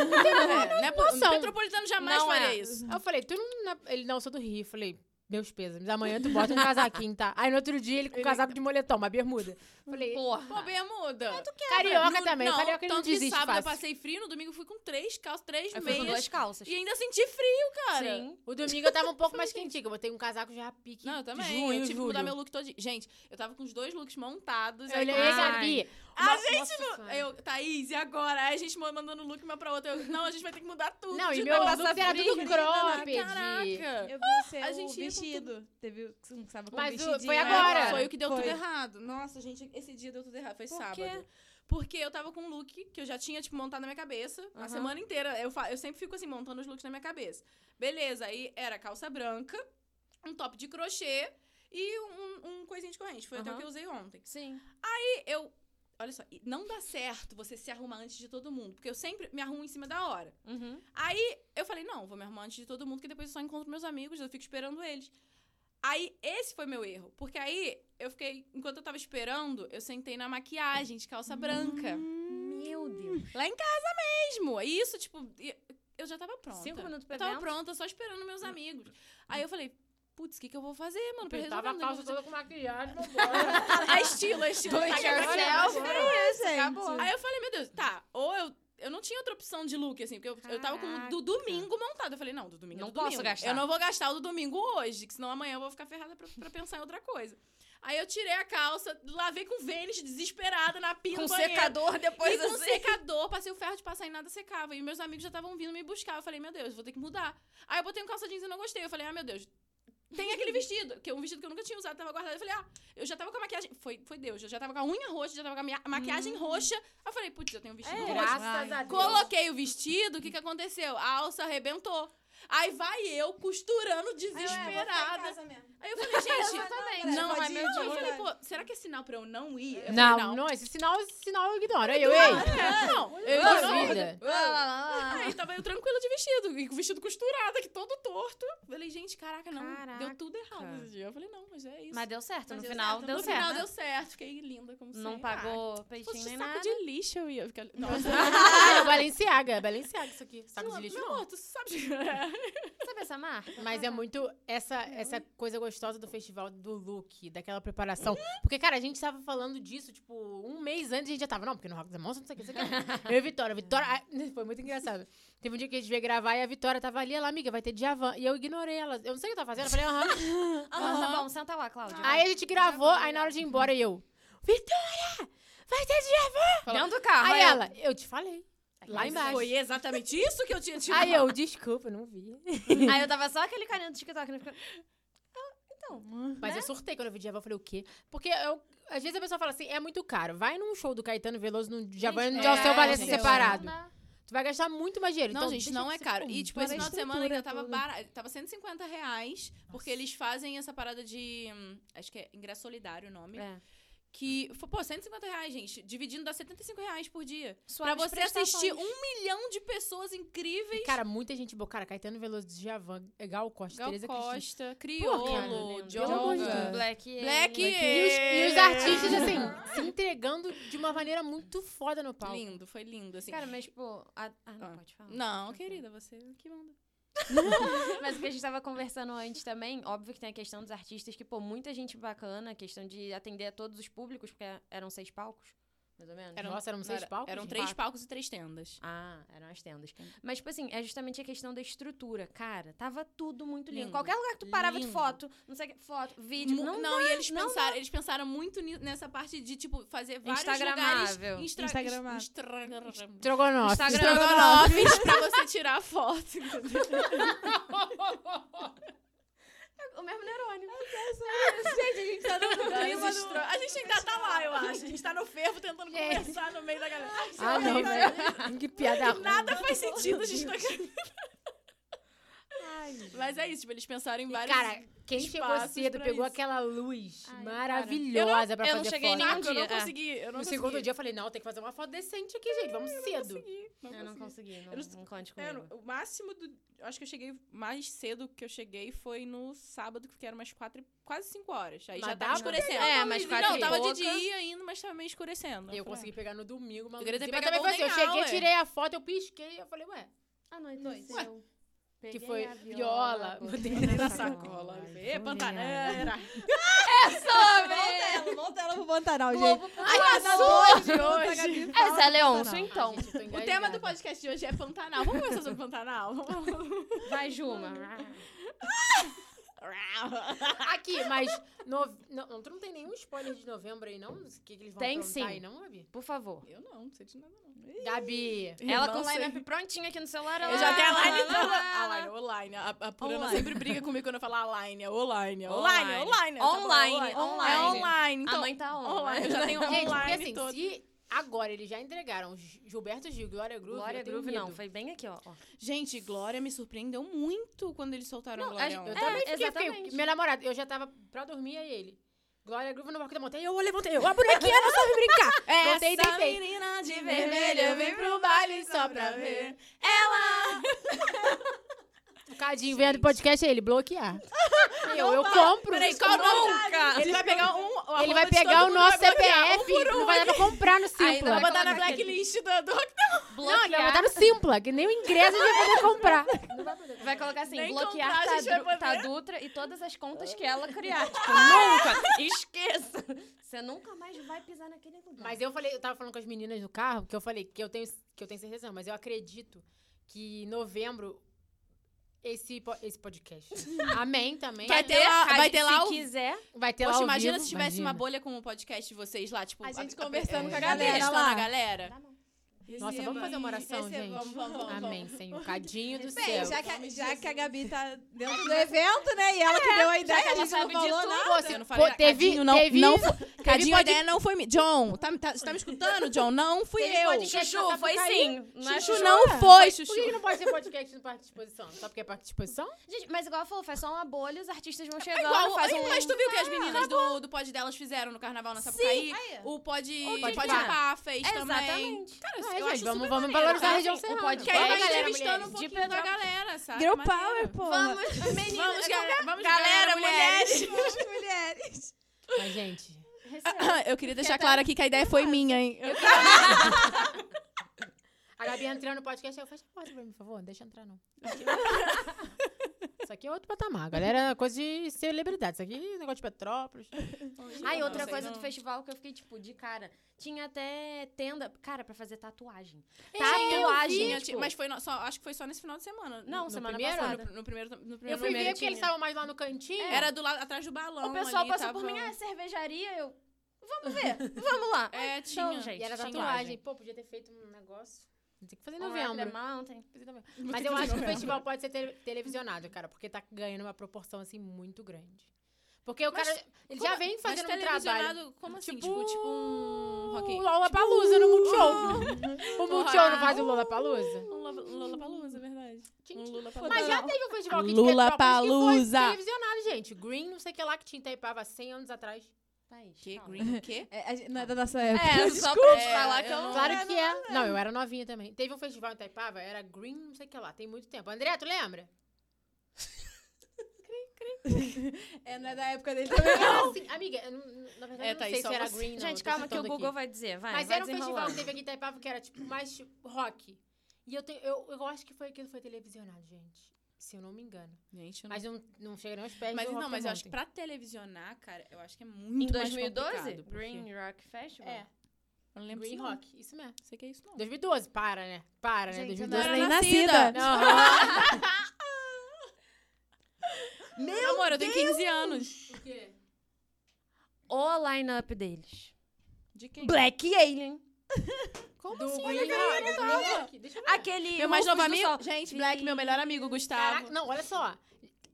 É, né? O
noção.
Petropolitano jamais
Não
faria
é.
isso.
Aí eu falei, tu não. não é- Ele não, eu sou do Rio. Eu Falei, meus pêsames. Amanhã tu bota um casaquinho, tá? Aí no outro dia ele com um casaco de moletom, uma bermuda. Falei,
Pô,
Porra.
bermuda.
carioca
No-
também.
Não,
carioca ele não
tanto que
desiste
sábado eu
fácil.
passei frio, no domingo eu fui com três calças, três
Eu fui com duas
meias.
calças.
E ainda senti frio, cara.
Sim.
O domingo eu tava um pouco mais quentinho, que eu botei um casaco já pique.
Não, eu também.
Junho,
eu tive que mudar
julho.
meu look todo dia. Gente, eu tava com os dois looks montados.
Eu
aí
olhei
Ai.
e sabia.
A
gente
Aí eu, Thaís, e agora? Aí a gente mandando look uma pra outra. Eu, não, a gente vai ter que mudar tudo.
Não, e
de
meu
novo.
look era tudo cropped.
Caraca.
Eu vi o seu
a gente ia com
vestido. Teve um que tava com
Mas o-
vestidinho.
foi agora.
Foi o que deu
Foi.
tudo errado. Nossa, gente, esse dia deu tudo errado. Foi
Por
sábado.
quê?
Porque eu tava com um look que eu já tinha, tipo, montado na minha cabeça a
Aham.
semana inteira. Eu, fa- eu sempre fico assim, montando os looks na minha cabeça. Beleza, aí era calça branca, um top de crochê e um, um coisinho de corrente. Foi até o
Aham.
que eu usei ontem.
Sim.
E eu. Olha só, e não dá certo você se arrumar antes de todo mundo. Porque eu sempre me arrumo em cima da hora.
Uhum.
Aí eu falei, não, vou me arrumar antes de todo mundo, que depois eu só encontro meus amigos, eu fico esperando eles. Aí, esse foi meu erro. Porque aí, eu fiquei... Enquanto eu tava esperando, eu sentei na maquiagem de calça
Uhum.
branca.
Meu Deus.
Lá em casa mesmo. E isso, tipo... e- Eu já tava pronta.
Cinco minutos pra
Eu tava
evento?
pronta, só esperando meus amigos. Aí eu falei, putz, o que que eu vou fazer, mano? Pra
Eu tava
resolver
a
um
calça
negócio
toda com maquiagem, vambora.
de- É estilo, é estilo.
Do it
Tá,
yourself.
agora-
É, gente.
acabou.
Aí eu falei, meu Deus, tá, ou eu. Eu não tinha outra opção de look, assim, porque eu, eu tava com o do domingo montado. Eu falei, não, do domingo é
Não
do domingo.
posso gastar.
Eu não vou gastar o do domingo hoje, que senão amanhã eu vou ficar ferrada pra, pra pensar em outra coisa. Aí eu tirei a calça, lavei com vênis, desesperada, na pia
Com
do banheiro.
secador
e
depois
com
assim.
secador, passei o ferro de passar e nada secava. E meus amigos já estavam vindo me buscar. Eu falei, meu Deus, vou ter que mudar. Aí eu botei um calça jeans e não gostei. Eu falei, ah, meu Deus, tem aquele vestido, que é um vestido que eu nunca tinha usado, tava guardado. Eu falei, ah, eu já tava com a maquiagem. Foi, foi Deus, eu já tava com a unha roxa, já tava com a minha- a maquiagem roxa. Aí eu falei, putz, eu tenho um vestido
É,
roxo.
Graças a Deus.
Coloquei o vestido, o que que aconteceu? A alça arrebentou. Aí vai eu costurando desesperada. Aí eu falei, gente,
Exatamente.
não,
Pode
mas
ir,
meu Deus. Eu
pode
falei,
ir.
pô, será que é sinal pra eu não ir? Eu falei,
Não, não, esse sinal, esse sinal eu ignoro. Aí eu, ei,
Não, não. Eu
Não,
não
vida.
Lá, lá, lá, lá.
Aí tava eu tranquila de vestido, e com o vestido costurado aqui, todo torto. Falei, gente, caraca, não,
Caraca.
deu tudo errado esse dia. Eu falei, não, mas é isso.
Mas deu certo.
Mas
No final, deu
No
certo.
final
né?
deu certo, fiquei linda como
Não
sempre. Ah,
pagou
se fosse
peitinho nem
saco
nada.
de lixo, eu ia ficar... Nossa,
Ah, Balenciaga, Balenciaga isso aqui. Saco
tá não,
de lixo
meu
não.
amor, tu sabe... é.
Sabe essa marca?
Mas é muito essa, essa coisa gostosa do festival, do look, daquela preparação. Porque, cara, a gente tava falando disso, tipo, um mês antes a gente já tava, não, porque no Rock da Monstro, não sei o que, não sei o que. Eu e a Vitória, a Vitória. ah, Foi muito engraçado. Teve um dia que a gente veio gravar e a Vitória tava ali, ela, amiga, vai ter Djavan. E eu ignorei ela. Eu não sei o que eu tava fazendo, eu falei, aham.
Ah, tá bom, senta lá, Cláudia. vai.
Aí a gente gravou, aí na hora de ir embora eu, Vitória, vai ter Djavan!
Dentro do carro.
Aí
eu-
ela, eu te falei. Lá
Mas
embaixo.
Foi exatamente isso que eu tinha tido.
Aí eu, desculpa, eu não vi.
Aí eu tava só aquele carinha do TikTok. Né? Fica-
Mas
Né?
eu surtei quando eu vi Djavan, eu falei o quê? Porque eu- às vezes a pessoa fala assim, é muito caro. Vai num show do Caetano Veloso, no Djavan e no
Gente,
de Alceu
é,
Valença
gente,
separado.
não dá.
Tu vai gastar muito mais dinheiro.
Não,
então,
gente,
deixa
não
de
é
ser
caro.
com
E, tipo,
toda a
esse final de semana ainda
estrutura
tava
toda.
barato. Tava 150 reais, porque eles fazem essa parada de. hum, Acho que é ingresso solidário o nome.
É.
Que. fo- Pô, 150 reais, gente. Dividindo dá 75 reais por dia.
Suaves
pra você assistir
prestações.
um milhão de pessoas incríveis.
E, Cara, muita gente boa. Cara, Caetano Veloso, Djavan, é Gal Costa,
Gal
Tereza Cristina.
Costa,
Cara,
Criolo,
lindo.
Pelo amor de
Djonga.
Deus.
Black.
Black
Alien.
Tipo, E os, e os artistas, assim, se entregando de uma maneira muito foda no palco.
Lindo, foi lindo, assim.
Cara, mas tipo. a- Ah, não
Ah.
pode falar.
não, querida, você que manda.
Mas o que a gente tava conversando antes também, óbvio que tem a questão dos artistas, que, pô, muita gente bacana, a questão de atender a todos os públicos, porque eram seis palcos, mais ou menos.
Nossa, eram seis
Era- um
palcos?
Eram
gente?
três palcos e três tendas.
Ah, eram as tendas. Mas, tipo assim, é justamente a questão da estrutura. Cara, tava tudo muito lindo.
Lindo.
Qualquer lugar que tu parava de
Lindo.
foto, não sei o que, foto, vídeo,
Mu-
não,
e eles
não
pensaram, eles pensaram muito ni- nessa parte de tipo fazer vários lugares
Instagramável.
instra-
Instagramável.
ins- Instagram.
Estrogonofe.
Instagram-
Estrogonofes pra você tirar a foto. entendeu?
O mesmo neurônio.
Gente, a gente tá no clima
Mas
do-
estro- A gente ainda tá lá, eu acho. A gente tá no fervo tentando
Gente.
conversar no meio da galera.
Ah, não, velho. Que piada ruim.
Nada faz sentido, a gente tá... Mas é isso, tipo, eles pensaram em vários...
Cara, quem chegou
espaços
cedo
pra
pegou
isso.
aquela luz
Ai,
maravilhosa pra
eu
fazer
não cheguei
foto.
nem
Caraca, eu
dia,
não
é.
consegui. Eu não
No
consegui.
segundo dia eu falei, não, tem que fazer uma foto decente aqui, gente. Vamos cedo.
consegui, não
Eu não
consegui.
consegui, não,
Eu não-
não conte
É,
comigo.
o máximo do. Acho que eu cheguei mais cedo que eu cheguei foi no sábado, que era umas quatro, e- quase cinco horas. Aí
Mas
já tava
dava pra
escurecendo.
pegar uma luzinha.
é, Não,
e
tava
pouca.
de dia ainda, mas tava meio escurecendo.
Eu
falei,
consegui pegar no domingo, mas.
Eu queria ter
mas
pegado
também foi assim, eu
Golden
cheguei,
Hour.
tirei a foto, eu pisquei, eu falei, ué.
Anoiteceu.
Que foi viola, botei
"Ah, na sacola. Vê, Pantanera.
É
Montela, Montela pro Pantanal, gente.
Globo,
Ai, tá
hoje.
Essa é Leonço,
Pantanal.
então.
"Ah, O tema do podcast de hoje é Pantanal. Vamos conversar sobre Pantanal?
Vai, Juma.
Aqui, mas. No... Não, tu não tem nenhum spoiler de novembro aí, não? O que, que eles vão
Tem
aprontar
sim.
aí, não, Gabi?
Por favor.
eu não, não sei de nada, não.
Gabi.
Eu
Ela
não
com o
sei.
line-up prontinho aqui no celular.
Eu
ela-
já tenho a line
ela-
toda. A line, ah, online. A, a Purana
Online.
sempre briga comigo quando eu falo online, é online, online,
Online.
online. online. tá bom,
Online,
É
online.
online.
A
Então,
mãe tá on.
online. Eu já tenho
Gente, porque
online
assim,
todo.
se agora eles já entregaram Gi- Gilberto Gil, Glória Groove,
Glória
eu tenho
Groove
medo.
não, foi bem aqui, ó. ó.
Gente, Glória me surpreendeu muito quando eles soltaram
Não, a
Glória
gente-
Eu
ontem.
também fiquei,
exatamente.
fiquei- Meu namorado, eu já tava pra dormir, aí ele. Glória Groove no barco da montanha, eu levantei, eu, a bonequinha não sabe brincar.
É
Voltei, deitei.
menina de
vermelho vem pro baile só pra ver. O Cadinho vendo o podcast, aí ele bloquear. eu, eu compro.
Peraí, qual nunca? Ele vai pegar um. a
Ele
roupa
vai
de
pegar
todo
o
mundo,
nosso
vai bloquear um
CPF,
por um.
não vai dar pra comprar no
Aí não
Simpla.
Vai botar na
Vai colocar
blacklist do, do
Não, ele vai botar
Bloquear.
no Simpla, que nem o ingresso ele vai poder comprar.
Vai colocar assim,
Nem
bloquear
comprar, a gente
Tadu-
vai poder.
Tadutra e todas as contas que ela criar. Tipo, nunca! Esqueça! Você nunca mais vai pisar naquele lugar.
Mas eu falei, eu tava falando com as meninas no carro, que eu falei que eu tenho, que eu tenho certeza, não, mas eu acredito que em novembro esse, po- esse podcast. Amém também.
Vai ter lá-
Cade,
vai ter lá
se
o-
quiser.
Vai ter lá
Poxa,
ao
imagina
vivo.
se tivesse
Imagina.
uma bolha com o podcast de vocês lá, tipo,
A gente
conversando com a
Gabi,
galera
lá
lá.
na galera.
Nossa,
é
vamos fazer uma oração,
Receba,
gente.
vamos, vamos, vamos.
Amém, Senhor. Cadinho do
Bem,
céu.
já que, a, já que a Gabi tá dentro do evento, né? E ela que deu a ideia, a
ela
gente não
sabe de
falou nada.
Você não
Pô,
falei,
teve,
Cadinho, não,
teve,
não
teve
Cadinho, a
pod-
ideia não foi minha. John, tá, tá, você tá me escutando, John? Não fui
Teve
eu.
podcast na
Chuchu, foi
Sapucaí.
sim. Não é
Chuchu
Chuchu?
não foi,
Por que que
Chuchu.
não pode ser podcast no Parque de Exposição? Só porque é Parque de Exposição?
Gente, mas igual ela falou, faz só uma bolha, os artistas vão chegando,
Igual,
faz
aí,
um...
Mas tu viu que as meninas do, do pod delas fizeram no carnaval na Sapucaí? O pod, o
Pod
pod,
Pá.
Pá fez também.
Exatamente.
Cara,
Ah,
eu
gente,
acho
vamos,
super
vamos
maneiro.
valorizar a
sabe?
região
O
serrana.
Que
podcast-
aí
tá
vai
Vai, galera,
entrevistando
mulheres,
um
de
pouquinho da
Petrópolis.
galera, sabe?
Girl Power,
Maneiro.
pô.
Vamos, meninas.
Vamos, galera, vamos,
galera,
galera, mulheres.
As mulheres.
Mas, gente,
Receba.
é Eu queria deixar claro aqui que a ideia foi minha, hein?
A A Gabi entrando no podcast, eu fecha a porta pra mim, por favor, não deixa entrar, não. Isso aqui é outro patamar, galera. é Coisa de celebridade. Isso aqui é negócio de Petrópolis.
Ah, e
Não,
outra
sei
coisa
não.
do festival que eu fiquei, tipo, de cara. Tinha até tenda, cara, pra fazer tatuagem.
Tinha,
Tatuagem,
tinha-
tipo,
mas foi no- só, acho que foi só nesse final de semana.
Não,
No-
semana
no primeiro,
passada.
No, no primeiro, no primeiro
Eu fui ver
momento
porque eles
tinha.
estavam mais lá no cantinho.
Era do lado atrás do balão.
o pessoal
ali,
passou
tava-
por mim, ah, cervejaria, eu... Vamos ver, vamos lá.
É, tinha.
Então, gente,
E era
tinha.
tatuagem. Pô, podia ter feito um negócio. Tem que fazer em
Olá,
novembro. né?
The Mountain.
Tem que fazer em novembro.
Vou ter
Mas eu acho
fazer
que o
novela.
festival pode ser tele- televisionado, cara, porque tá ganhando uma proporção, assim, muito grande. Porque o
Mas
cara, ele já
Como-
vem
mas
fazendo um
televisionado,
trabalho.
Como assim? Tipo, tipo um rock.
O Lollapalooza no Multishow. o Multishow não faz o Lollapalooza?
Um Lula Palusa, é verdade. Um Lula
Mas já teve um festival aqui de
Lula
Petrópolis que
Palusa.
foi televisionado, gente. Green, não sei o que lá, que tinha em Itaipava 100 anos atrás.
Thaís,
Que
fala.
green, que?
É, a gente- não é da nossa época.
É, só pra te falar que eu não
Claro que é. Não, eu era novinha também. Teve um festival em Itaipava, era Green, não sei o que lá, tem muito tempo. André, tu lembra?
É, não é da época dele também.
Era assim, amiga, eu não- na verdade
É,
eu não
Thaís,
sei
só
se era
você.
Green, não,
Gente,
eu tô
calma que o
chutando
Google
aqui.
vai dizer, vai,
Mas
Ah, vai
era um festival que
desenrolando.
teve aqui em Itaipava que era tipo mais tipo, rock. E eu, tenho, eu, eu acho que foi aquilo foi televisionado, gente. Se eu não me engano.
Gente, eu não...
Mas não, não chega nem aos pés
Mas
do
não,
Rock
mas eu acho que
Mountain.
pra televisionar, cara, eu acho que é
Em
muito mais
2012,
complicado, porque-
Green Rock Festival.
É,
Eu não lembro
Green
se não.
Rock, isso mesmo.
Sei que é isso não.
2012, para, né? Para, né?
Gente, eu
2012.
não
dois.
era nem
Não era nascida.
nascida.
Não.
Meu Amor, eu tenho 15 anos.
Por quê?
O line-up deles.
De quem?
Black Alien.
Como do assim? Green Rock, do Green Rock. Deixa eu ver.
Aquele
Meu mais novo
Monstros do
amigo?
Sol.
Gente, Black, meu melhor amigo, Gustavo.
Caraca, não, olha só.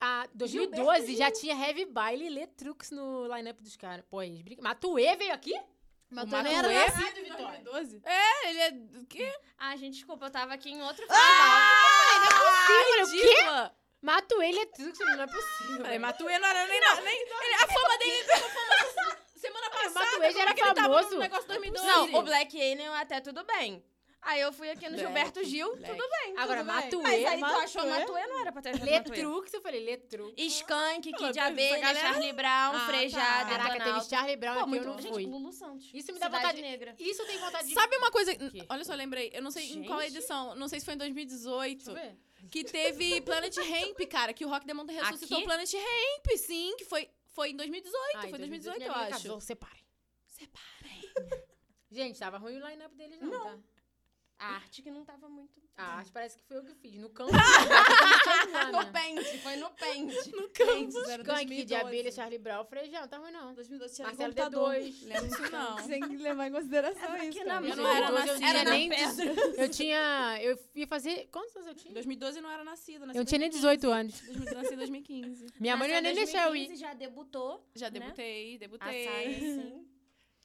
A 2012 já tinha Heavy Baile e Letrux no line-up dos caras. Pô, eles brincam. Matuê veio aqui?
Mas
Matuê? assim.
também era
Matuê?
nascida.
Caralho, Vitória.
É, ele é... do quê?
Ah, gente, desculpa, eu tava aqui em outro festival.
Sim,
É?
o quê?
Ridícula.
Matuê e Letrux, não é possível.
né?
Falei, Matuê não era nem... na- nem ele- a fama dele foi uma fama semana passada.
Matuê já
como
era
que ele tava
famoso.
No negócio 2012.
Não, o Black Alien até tudo bem. Aí eu fui aqui no
Black,
Gilberto Gil,
Black.
tudo bem.
Agora,
tudo
Matuê,
Bem. Mas aí tu achou
Matuê.
Matuê, não era pra ter achado Matuê.
Letrux, eu falei Letrux.
Skunk,
Ah,
Kid
essa
Abelha,
galera-
Charlie Brown,
Ah, tá.
Frejada,
Caraca, teve Charlie Brown
Pô,
aqui, eu
muito...
não
gente,
fui.
Lulu Santos.
Isso me dá
Cidade
vontade-
negra.
Isso eu tenho vontade de...
Sabe uma coisa.
quê?
Olha só, lembrei. Eu não sei em qual
Gente.
edição. Não sei se foi em
Deixa
2018.
eu ver.
Que teve Planet Ramp, cara. Que o Rock the Mountain ressuscitou
Aqui?
Planet Ramp, sim. Que foi, foi em 2018.
Ah, em
foi 2018, eu
minha amiga
acho.
Casou, separem.
Separem.
Gente, tava ruim o line-up deles não, tá?
A arte que não tava muito...
Ah, acho que parece que foi eu que fiz. No é, campo. no
No pente, foi no pente.
No campus.
Gank né? de abelha, Charlie Brown, Frejão, não tá ruim não.
2012 tinha
Marcelo
computador.
D2.
Lembro disso, tá não.
Tem que levar em
É
consideração
Aqui
isso.
na
cara.
Eu não
Gente, doze,
era
eu
nascida.
tinha
Era na
nem
pedra.
Eu tinha. Eu ia fazer. Quantos anos eu tinha?
2012 não era nascida.
Eu não tinha nem 18 anos.
18. Nasci em 2015.
Minha mãe não
é
ia nem deixar eu ir.
já debutou.
Já
Né?
debutei,
A
debutei.
Sarah, sim.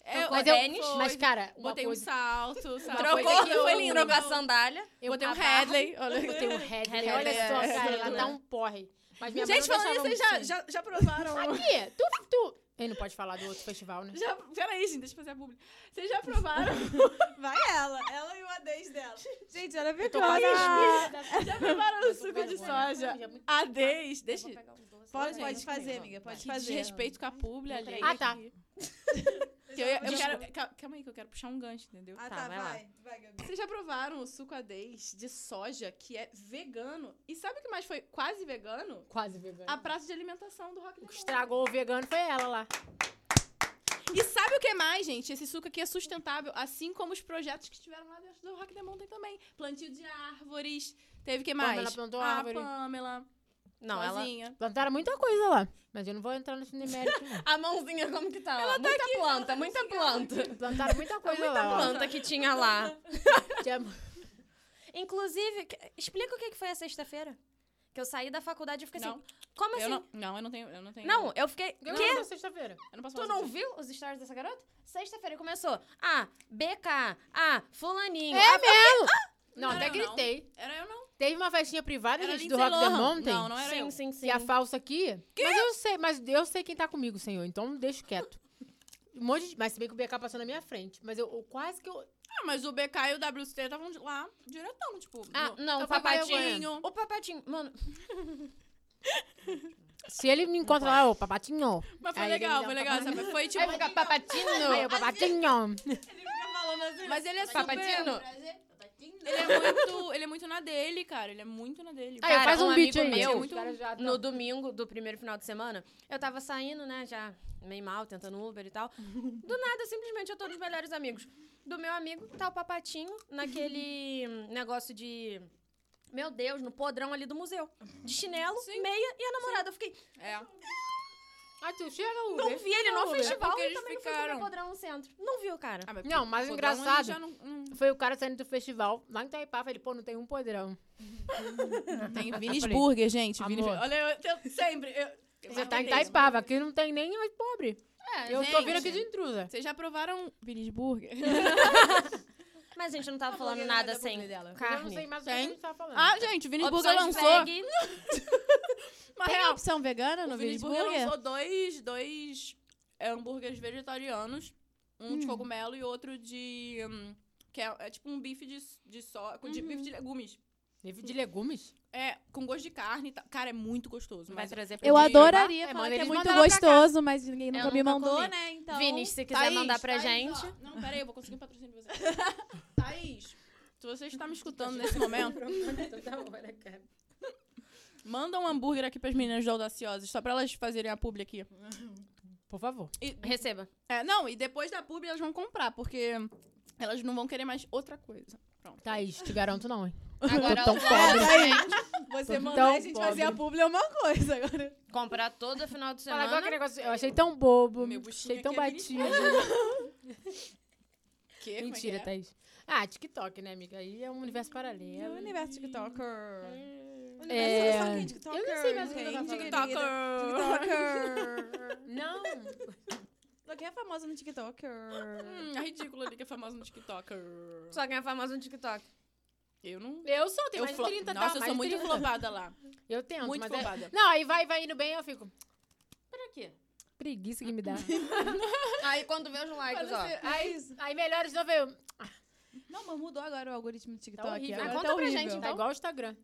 É,
Tocou
Mas,
tênis,
eu,
foi,
mas cara, uma
Botei um
coisa.
salto, sabe?
Trocou,
Coisa que eu-
foi lindo.
Trocou a sandália.
Eu
Botei um
a barra-
Hadley. Olha.
Botei um Hadley.
Hadley,
Olha
é,
só,
é,
cara,
é,
ela
é.
tá um porre. Mas minha
Gente,
mãe não
falando isso,
deixava assim.
vocês
eu
já,
ir.
já, já provaram.
Aqui, tu, tu. Ele não pode falar do outro festival, né?
Já, peraí, gente, deixa eu fazer a publi. Vocês já provaram?
Vai ela, ela e o Adez dela. Gente, era
Eu tô
vegana.
Já
preparou o suco de soja? A Deis, deixa.
Pode,
Gente,
pode fazer,
comigo.
amiga, pode
Que
fazer.
desrespeito com a publi
Não
ali.
creio.
Ah, tá.
eu, eu
Desculpa.
quero, cal- calma aí que eu quero puxar um gancho, entendeu?
Ah,
Tá,
tá,
vai lá.
vai. Vai, Gabi.
Vocês já provaram o suco adez de soja, que é vegano? E sabe o que mais foi quase vegano?
Quase vegano.
A praça de alimentação do
O
Rock
que
Limão.
estragou o vegano foi ela lá.
E sabe o que mais, gente? Esse suco aqui é sustentável, assim como os projetos que tiveram lá dentro do Rock the Mountain também. Plantio de árvores, teve o que mais?
Pamela plantou
a
árvore.
Pamela,
Não, ela...
sozinha.
Plantaram muita coisa lá. Mas eu não vou entrar nesse mérito, não.
A mãozinha como que tá? Ela muita planta, muita planta.
Plantaram muita coisa
Muita
lá. ó.
planta que tinha lá.
Tinha-
Inclusive, que- explica o que que foi a sexta-feira. Que eu saí da faculdade e fiquei
Não.
assim, como assim?
Eu não, não, eu não tenho, eu não tenho.
Não, eu fiquei.
Eu não
"Quê?
vou sexta-feira.
eu não posso
Tu
falar
não
sobre
viu os stories dessa garota? Sexta-feira começou. Ah, BK. Ah, fulaninho.
É
ah,
mesmo! Não,
Não,
até
não, não.
gritei.
isso. Era eu não.
Teve uma festinha privada,
Era
gente, do
É Lindsay
Rock the
Lohan.
Mountain.
Não, não era eu.
sim, sim, sim.
E a falsa aqui. Mas eu sei, mas eu sei quem tá comigo, senhor. Então deixa quieto. Um monte de, mas se bem que o BK passou na minha frente. Mas eu, eu quase que eu.
Ah, mas o BK e o WCT estavam de- lá diretão, tipo.
Ah,
no-
não,
Eu
o
fui
papatinho.
vergonha.
O papatinho. Mano,
Se ele me encontra lá, ô, papatinho.
Mas foi
Aí ele
legal,
me dá
foi
um
legal,
papatinho.
sabe? Foi tipo.
Aí fica papatinho, aí eu, papatinho.
Ele fica falando assim.
Mas ele é super.
Papatinho.
Ele é muito, ele é muito na dele, cara. Ele é muito na dele.
Aí,
Cara,
faz um,
um
beat aí.
amigo meu,
Os caras já tão-
No domingo do primeiro final de semana, eu tava saindo, né? Já meio mal, tentando Uber e tal. Do nada, simplesmente eu tô nos melhores amigos. Do meu amigo, tá o papatinho naquele negócio de. Meu Deus, no podrão ali do museu. De chinelo, meia e a namorada. Eu fiquei.
É.
Ah, tu chega o
Não vi ele
é
no festival
porque
e
eles
também não fui
ficaram.
no podrão no centro. Não vi o cara.
Ah, mas
Não, mas
podrão
engraçado-
ele já não- não-
Foi o cara saindo do festival lá em Itaipava. Ele, pô, não tem um podrão.
Tem Vinis
Falei,
Burger, gente. Vini
amor.
Burger. Olha, eu, eu sempre. Eu,
Você tá em
Tais
Itaipava. Aqui não tem nem mais pobre.
É,
Eu
gente,
tô vindo aqui de intrusa.
Vocês já provaram Vinis Burger?
Mas a gente não tava
A
falando
blogueira
nada
da
sem
publi dela.
Eu não sei
carne.
mais o que a
Tem.
gente tá falando.
ah, gente, o Vinis Burger
Opções
lançou.
veg.
Uma
Tem
real.
opção vegana no
O Vinis
Village
Burger
Burger?
lançou dois, dois é, hambúrgueres vegetarianos. Um de cogumelo e outro de... hum, que é, é tipo um bife de, de só... De bife de legumes.
Livre de legumes?
É, com gosto de carne e tal. Cara, é muito gostoso.
Vai
Mas
trazer pra
Eu
gente gravar?
adoraria
É,
falar
manda
que é
eles
muito
mandarem pra cá.
gostoso, mas ninguém nunca me
nunca
mandou,
comi.
né? Então...
Vinícius, se quiser
Thaís,
mandar pra
Thaís,
gente.
tá ó. Não, peraí, eu vou conseguir um patrocínio pra você. Thaís, se você está me escutando nesse momento, manda um hambúrguer aqui pras meninas do Audaciosas, só pra elas fazerem a publi aqui.
Por favor.
E-
Receba.
é, não, e depois da publi elas vão comprar, porque elas não vão querer mais outra coisa. Pronto.
Thaís, Tá te garanto não, hein?
Agora
tão
outra-
Você
Tô
mandar
tão
a gente fazer a
pobre.
publi é uma coisa agora.
Comprar todo final de
Fala igual aquele
semana.
negócio. Eu achei tão bobo.
Meu buchinho
achei tão
aqui é
batido.
bonitinho. Que, como é que
Mentira,
é?
tá
Thaís. Ah, TikTok, né, amiga? Aí é um universo
É o
paralelo.
universo TikToker.
É.
Só quem é TikToker, é
Eu não sei mais o que eu tava
entende,
falando.
querida? TikToker.
Não.
Só quem é famosa no TikToker.
Hum, é ridículo ali que é famosa no TikToker.
Só quem é famoso no TikTok.
Eu não...
Eu sou, tenho
eu
mais de
flo-
30, tá?
Nossa, eu
Mais
sou
de
muito
30.
flopada lá.
Eu tento,
Muito
mas é-
flopada.
Não, aí vai, vai indo bem, eu fico...
Pra quê?
Preguiça que me dá.
Aí quando vê os likes, ó.
Olha,
aí,
É isso.
aí melhores não veio.
Não, mas mudou agora o algoritmo do TikTok.
Tá horrível.
Agora
Ah, conta
tá
pra
horrível.
gente,
Tá
então.
igual o Instagram.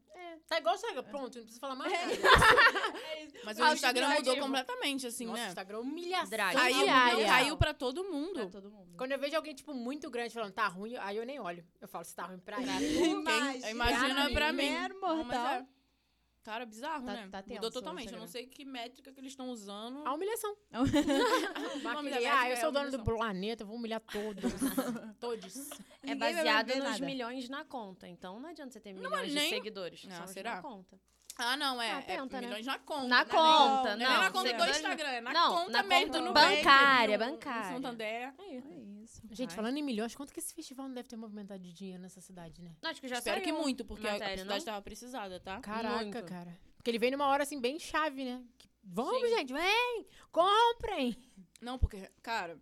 Tá igual o Instagram. Pronto, não preciso falar mais
É,
nada.
Mas
Ah,
o
o
Instagram
Instagram
mudou
é-
completamente, assim,
Nossa, o
né?
Instagram é humilhação
Drag.
Caiu,
diária.
caiu pra todo mundo.
Tá Pra todo mundo.
Quando eu vejo alguém, tipo, muito grande falando, tá ruim, aí eu nem olho. Eu falo, se tá ruim pra ele.
Quem- Imagina pra
né,
mim.
Mero
Não, mas
mortal.
é- Cara, bizarro,
Tá-
né?
tá tenso
Mudou
o
totalmente. Eu
Instagram.
não sei que métrica que eles estão usando.
A humilhação.
O nome da
Aquele,
métrica
ah, eu
é
sou o dono do
humilhação.
planeta, eu vou humilhar todos. todos.
É
Ninguém vai
baseado
ver
nos
nada.
milhões na conta. Então não adianta você ter milhões de
nem-
seguidores.
Não,
são os
será?
Na conta.
Ah, não, é.
Ah,
é
tenta, né?
milhões na conta.
Na
né?
conta,
Não, é
não.
na conta do
seguidores
Instagram, é na
não,
conta
na
mesmo
conta é
do Nubank.
bancária,
no- no
bancária.
Santander.
É isso.
Gente, falando em milhões, quanto que esse festival não deve ter movimentado de dinheiro nessa cidade, né?
Acho que já
Espero
saiu um
que muito, porque a-
matéria,
a
não?
cidade tava precisada, tá?
Caraca,
Muito.
cara. Porque ele veio numa hora, assim, bem chave, né? Que, vamos,
Sim.
gente, vem! Comprem!
Não, porque, cara,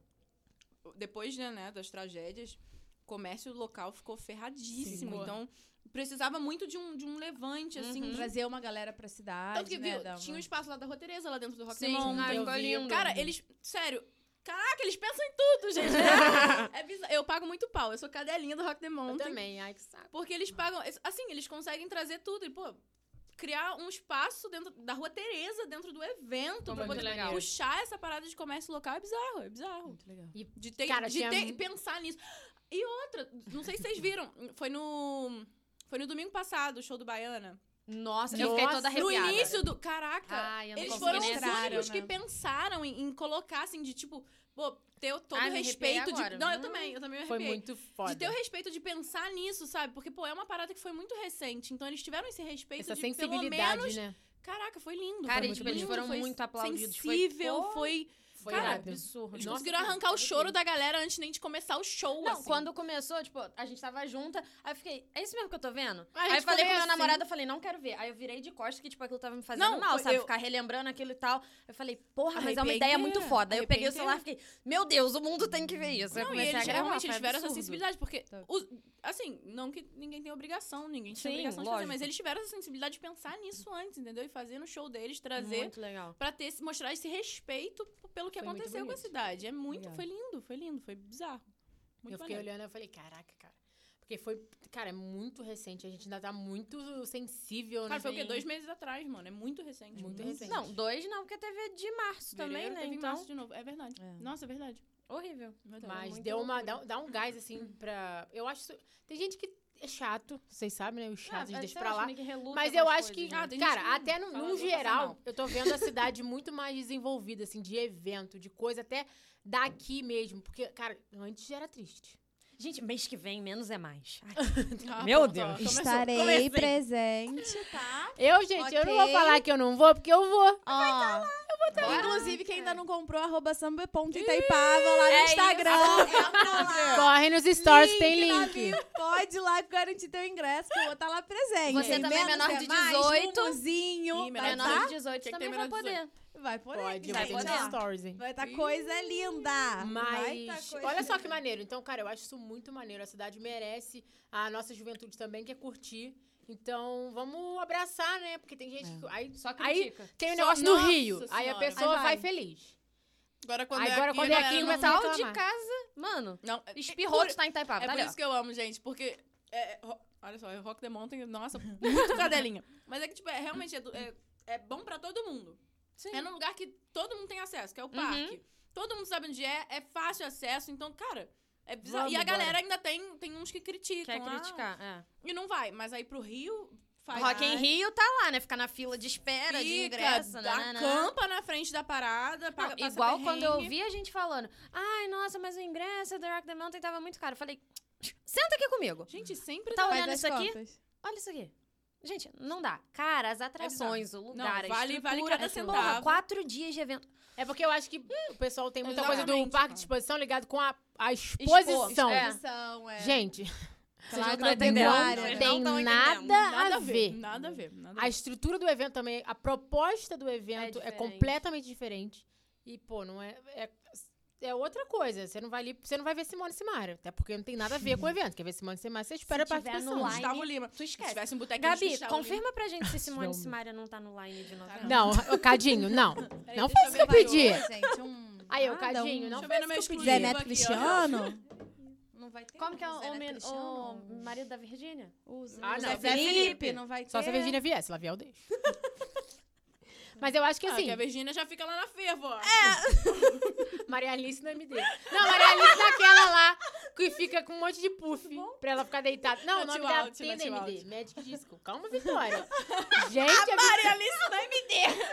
depois né, né, das tragédias, o comércio local ficou ferradíssimo.
Sim.
então, precisava muito de um, de um levante, assim.
Uhum.
de-
Trazer uma galera pra cidade,
Tanto que,
né?
viu,
dar uma-
tinha o espaço lá da Rotereza, lá dentro do Rock
Sim,
Sim,
ah, ficou lindo.
Cara, eles, sério... Caraca, eles pensam em tudo, gente. é bizarro. Eu pago muito pau. Eu sou cadelinha do Rock the
Eu
Mountain.
também, ai que saco.
Porque eles pagam. Assim, eles conseguem trazer tudo. E, pô, criar um espaço dentro da Rua Tereza, dentro do evento, pra
Pô, muito
poder
legal.
puxar essa parada de comércio local. É bizarro, é bizarro.
Muito legal.
De ter,
Cara,
de
tinha
ter
mu-
pensar nisso. E outra, não sei se vocês viram, foi no foi no domingo passado, o show do Baiana.
Nossa, eu
Nossa.
fiquei toda
No
arrepiada.
início do, caraca,
Ai, eu não
eles
consegui
foram os
nem assistir.
únicos que
né?
pensaram em, em colocar assim de tipo, pô, ter o- todo
Ai,
o
Ah, me arrepiei
respeito de,
agora.
não, eu
Hum.
também, eu também me
Foi
arrepiei.
muito foda.
De ter o respeito de pensar nisso, sabe? Porque, pô, é uma parada que foi muito recente. Então, eles tiveram esse respeito
Essa
de,
sensibilidade,
pelo menos...
né?
Caraca, foi lindo.
Cara,
foi
e,
muito
tipo, eles
lindo,
foram
foi
muito aplaudidos. Foi-
Sensível,
Pô,
foi...
Foi
Cara,
irado.
absurdo.
Eles
Nossa,
conseguiram
cara,
arrancar o
foi
choro
incrível.
da galera antes nem de começar o show,
assim. Não,
assim.
quando começou, tipo, a gente tava junta, aí eu fiquei, é isso mesmo que eu tô vendo?
A gente
Aí eu falei
ficou
com
meio
meu
assim.
namorado, eu falei, não quero ver. Aí eu virei de costas, que, tipo, aquilo tava me fazendo
Não,
mal,
foi-
sabe?
eu-
Ficar relembrando aquilo e tal. Eu falei, porra, mas é uma
Arrepiei
ideia
inteira,
muito foda. Aí eu peguei
arrepiei
o celular e fiquei, meu Deus, o mundo tem que ver isso. Aí eu
Não, e
comecei
eles
a gravar,
realmente eles
foi
tiveram essa
absurdo.
sensibilidade, porque.
Tá.
os- assim, não que ninguém tenha obrigação, ninguém tinha
Sim,
obrigação de fazer,
lógico.
mas eles tiveram essa sensibilidade de pensar nisso antes, entendeu? E fazer no show deles, trazer
Muito legal.
pra ter, esse- mostrar esse respeito p- pelo que
Foi muito
aconteceu com a
bonito.
cidade. É muito.
Obrigada.
Foi lindo, foi lindo, foi bizarro. Muito
eu fiquei
maneiro.
olhando e eu falei, caraca, cara. Porque foi, cara, é muito recente. A gente ainda tá muito sensível, né?
Cara, foi o quê?
Tem-
Dois meses atrás, mano. É muito recente.
Muito recente.
Não, dois não, porque teve de março também,
Fevereiro
né?
teve em
Então,
março de novo. É verdade.
É.
Nossa, é verdade. é
Horrível.
Meu Deus.
Mas
muita
deu uma,
loucura.
dá, um- dá um gás, assim, pra. Eu acho. isso- Tem gente que é chato, vocês sabem, né? Os chatos
é,
Ah,
deixa
sei
pra
lá,
lá.
acho que reluta
Mas
com
eu
as
acho que,
coisas, né?
Ah, tem gente
cara,
que não
até no,
fala,
num
não passa
geral,
mal.
eu tô vendo a cidade muito mais desenvolvida, assim, de evento, de coisa, até daqui mesmo. Porque, cara, antes já era triste.
Gente, mês que vem, menos é mais. Ai,
Ah,
Meu
pronto, ó,
Deus.
começou.
Estarei
Comecei.
presente.
Tá.
Eu, gente, eu não vou
Ok.
falar que eu não vou, porque eu vou.
Ó,
Bora.
Inclusive, quem ainda não comprou, arroba samba.itaipava lá no
é isso.
Instagram. Entra lá.
Corre nos stories, tem
Ah. na
link.
bio, Pode ir lá garantir teu ingresso, que eu vou estar lá presente.
Você
Tem
também é
menos,
menor de
é mais,
18.
mumuzinho,
Ih,
vai
menor
tá?
Menor de 18
Tinha que
também
ter menor
vai
de
poder.
Vai poder.
Pode, eu
vai
vou ter
poder.
nos stories, hein?
Vai tá coisa linda. Vai tá
Mas,
coisa
olha só que
linda.
maneiro. Então, cara, eu acho isso muito maneiro. A cidade merece, a nossa juventude também quer curtir. Então, vamos abraçar, né? Porque tem gente que. Aí
Só
Aí-
critica.
tem um
Só-
negócio no
Nossa
Rio. Aí a
Senhora.
pessoa
Aí vai.
vai. feliz.
Agora quando
Agora,
é aqui,
quando é
a galera
aqui,
não-
mas-
Sal
reclamar.
de casa, mano,
Não, é-
espirrou de estar em Taipava.
É
tá
por
ali,
isso que eu amo, gente, porque. é- é ro- olha só, é Rock the Mountain, nossa, muito cadelinha. Mas é que, tipo, é realmente é, do- é- é bom pra todo mundo.
Sim. Uhum.
É num lugar que todo mundo tem acesso, que é o parque. Todo mundo sabe onde é, é fácil acesso, então, cara. É bizarro.
Vamos,
e a
bora.
galera ainda tem, tem uns que
ó.
criticam.
Quer
ah,
criticar, é.
E não vai, mas aí pro Rio faz.
Rock in Rio tá lá, né? Ficar na fila de espera, de
Fica,
ingresso, né,
dá
nananã.
campa na frente da parada,
Não,
paga, passa
igual quando eu
perrengue.
ouvi a gente falando, ai, nossa, mas o ingresso do Rock the Mountain tava muito caro. Eu falei, senta aqui comigo.
Gente, sempre
Tá
dá.
Faz
olhando
as
isso aqui?
contas.
Olha isso aqui. Gente, não dá. Cara, as atrações, o lugar,
É Não,
a
vale- vale
estrutura,
cada
é
centavo.
Porra, quatro dias de evento.
É porque eu acho que o pessoal tem muita coisa do
Exatamente,
parque
cara.
de exposição ligado com a, a
Expor.
exposição.
É.
Exposição, é.
Gente,
Vocês não
Claro,
tão entendendo.
área.
Vocês
tem
não tão
nada,
entendendo.
nada
a ver.
Nada a ver. Nada a
A
ver.
estrutura do evento também, a proposta do evento é,
diferente.
completamente diferente. E, pô, não é. É, é outra coisa. Você não, vai ali, você não vai ver Simone e Simaria. Até porque não tem nada a ver com o evento. Quer ver Simone e Simaria, você espera a
tiver
participação.
no line-
Gustavo Lima.
Tu
Se
esquece.
tivesse um botequinho de
Gabi,
Gustavo Lima.
confirma pra gente se Simone
Vamos.
Simaria não tá no line de novembro.
Não, o Cadinho, não.
Peraí,
Não
deixa
foi isso que eu
ver
Variou,
pedi.
gente, um-
Aí, o
nada,
Cadinho,
um-
não
Deixa eu
foi
ver no
isso que eu
meu
pedi.
Zé
exclusivo.
Neto
aqui, ó.
Cristiano? Não vai ter.
Como que é
Zé
o, o,
Neto
men- o
Cristiano?
marido da Virgínia?
O Zé-
Ah,
o
não,
Zé
Zé Felipe.
Felipe, não vai ter.
Só se a Virgínia viesse, ela vier, eu deixo. Mas eu acho que
Ah,
assim,
que a Virgínia já fica lá na fervo, ó. É.
Maria Alice não me deu. Não, Maria Alice daquela lá que fica com um monte de puff pra ela ficar deitada. Não, o
Let
nome
you
da
out,
tem
let you
MD.
out.
Magic Disco. Calma, Vitória. Gente, é a Vitória...
Alice não me dê.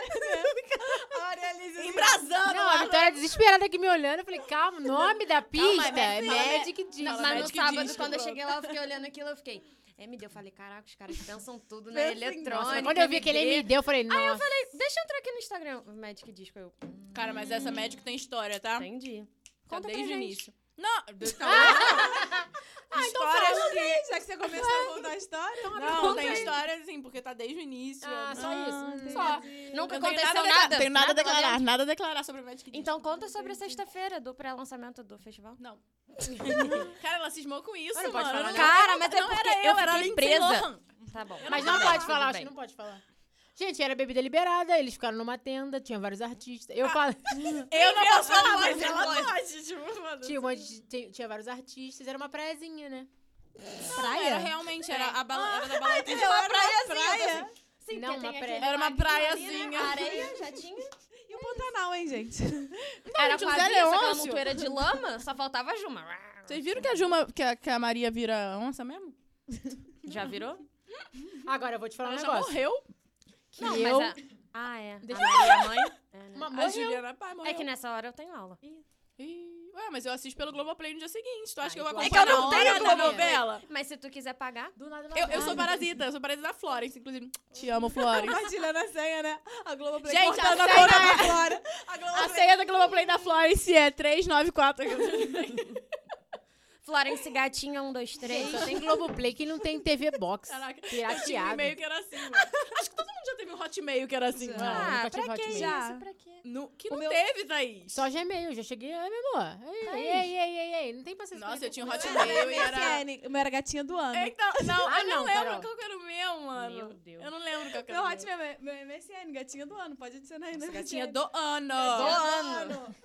Não, a Vitória desesperada aqui me olhando. Eu falei, calma, o nome da pista é Magic Disco.
Não, mas no
Magic
sábado,
Disco,
quando eu
pronto.
cheguei lá, eu fiquei olhando aquilo, eu fiquei... MD, eu falei, caraca, os caras pensam tudo na
Pensa em-
eletrônica.
Nossa, quando eu vi aquele
MD.
MD, eu falei, nossa.
Deixa eu entrar aqui no Instagram. Magic Disco, eu... hum,
Cara, mas essa médica tem história, tá?
Entendi.
Tá
Conta pra
desde o
gente.
início. Não, tá Histórias que...
Já que você começou a contar a história.
Não, tem história assim, porque tá desde o início.
Ah,
não.
só isso.
entendi.
Só.
Nunca
Eu não tenho
aconteceu
a declarar,
nada.
não Tenho nada a
lá
declarar,
dentro.
nada a declarar sobre o Magic Disco.
Então conta sobre a sexta-feira do pré-lançamento do festival.
Não. Cara, ela cismou com isso,
Mas não pode
mano.
falar,
não,
né?
Cara, mas é
não
porque
era eu,
eu
era a
fiquei
Lindsay
presa.
Lohan.
Tá bom.
Mas não pode
Tudo
falar, acho
bem.
que não pode falar. Gente, era bebida liberada, eles ficaram numa tenda, tinha vários artistas.
Ah,
Eu falo,
Eu não posso falar, mas
mas
ela
ela
pode. Tipo, mano.
tinha, um monte de- tinha- tinha vários artistas, era uma praiazinha, né?
Era
Praia?
realmente, era a bala- Ah, era assim, da balada que
Era uma praiazinha.
Não,
Sim, porque tem
uma
aquele
pré-
Era uma
laguinho ali,
praiazinha.
né? Areia, já tinha.
E o Pantanal, hein, gente?
Era
José
quase isso, aquela
Leôncio.
montoeira de lama, só faltava a Juma.
Vocês viram que a Juma, que a, que a Maria vira onça mesmo?
Já virou?
Agora eu vou te falar
Uhum. Ela
um
já
negócio.
morreu.
Que
Não,
eu,
mas a... Ah, é.
Deixa
a Maria mãe. É, né?
uma
A
morreu.
Juliana Pai morreu.
É que nessa hora eu tenho aula.
Ih, Ué, mas eu assisto pelo Globoplay no dia seguinte. Tu acha
Ah,
que eu vou
então- É
acompanhar
que eu não
na hora
tenho
da
Globoplay.
novela?
Mas se tu quiser pagar,
Do nada ela
Eu, eu
morre.
sou parasita, eu sou parasita da Florence, inclusive. Te amo, Florence.
Compartilhando a senha, né? A Globo Play
Gente,
cortando
a
a
senha-
coroa pra fora. A
A
Globo Play.
senha da Globoplay da Florence é
Ah,
394.
Florence Gatinha 123.
Só tem Globoplay que não tem TV Box.
Caraca, eu tinha um
Pirateado.
e-mail que era assim, mano. Acho que todo mundo já teve um Hotmail que era assim,
Não,
mano.
Ah,
nunca tive
pra que
Hotmail.
isso?
Já.
Pra quê?
No- que
O
não
meu-
teve, Thaís.
Só Gmail, já cheguei, ai, meu amor. Ei, ei, ei, ei, ei, não tem paciência.
Tá Nossa, eu tinha um
Era
Hotmail e era...
MSN. O meu era gatinha do ano.
É, Então, não,
Ah,
eu não,
não,
lembro
Carol.
qual que era o meu,
um
mano.
Meu Deus.
Eu não lembro qual que era
Meu
o meu.
Hotmail, meu- meu MSN, gatinha do ano. Pode adicionar aí, né?
Essa gatinha É do ano. É
ano.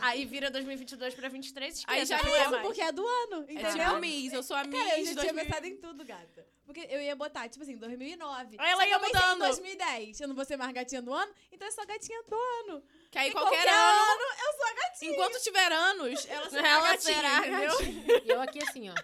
Aí vira 2022 pra 23 esquece.
Aí já não é
É
mais.
porque é do ano, entendeu?
É tipo Miss, eu sou a Miss
Cara, eu já
de
tinha
2000.
pensado em tudo, gata. Porque eu ia botar, tipo assim, 2009.
Aí um. ela
Só que
ia
eu pensei em
mudando.
2010. Eu não vou ser mais gatinha do ano, então é só gatinha do ano.
Que aí
Em
qualquer,
qualquer
ano,
eu sou a gatinha.
enquanto tiver anos, ela será
Ela
gatinha,
será
entendeu?
E eu aqui assim, ó.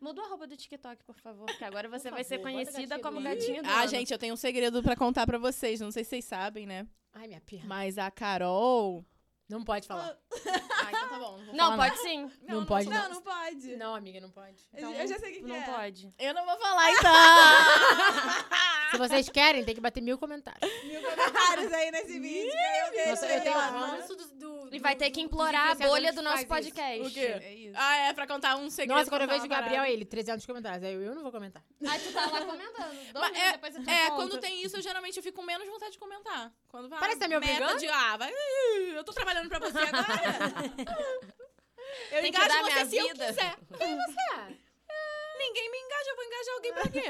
Mudou a roupa do TikTok, por favor, que agora você
Por
vai ser
favor, bota
conhecida
gatilho
como
aí.
gatinha do
Ah,
ano.
gente, eu tenho um segredo pra contar pra vocês. Não sei se vocês sabem, né?
Ai, minha perna.
Mas a Carol...
Não pode falar.
Ah, então tá bom. Não, vou
Não,
falar
pode sim.
Não pode,
Não, não, pode.
Não, amiga, não pode.
Eu-
Então,
eu já sei o que, que
não
é.
pode.
Eu não vou falar, então.
Se vocês querem, tem que bater mil comentários.
Mil comentários aí nesse vídeo. que aí eu vejo
Nossa, eu
aí,
tenho
ó.
ranço do, do-
E vai ter que
do- do
implorar a
influenciador
bolha
que
do nosso
faz isso.
podcast.
O quê?
É isso.
Ah, é pra contar um segredo.
Nossa, quando eu
contar
vejo o
uma
Gabriel,
parada.
ele, 300 comentários. Aí eu, eu não vou comentar.
Aí tu tá lá comentando. Dois
Mas
minutos depois você
É, quando tem isso, eu geralmente eu fico com menos vontade de comentar. Quando vai
Parece que tá me
meta
obrigando?
de, ah, vai, ih, eu tô trabalhando pra você agora. eu
Tem que
engajo você
dar minha
se eu
vida.
quiser.
É,
Ninguém me engaja, eu vou engajar alguém pra quê?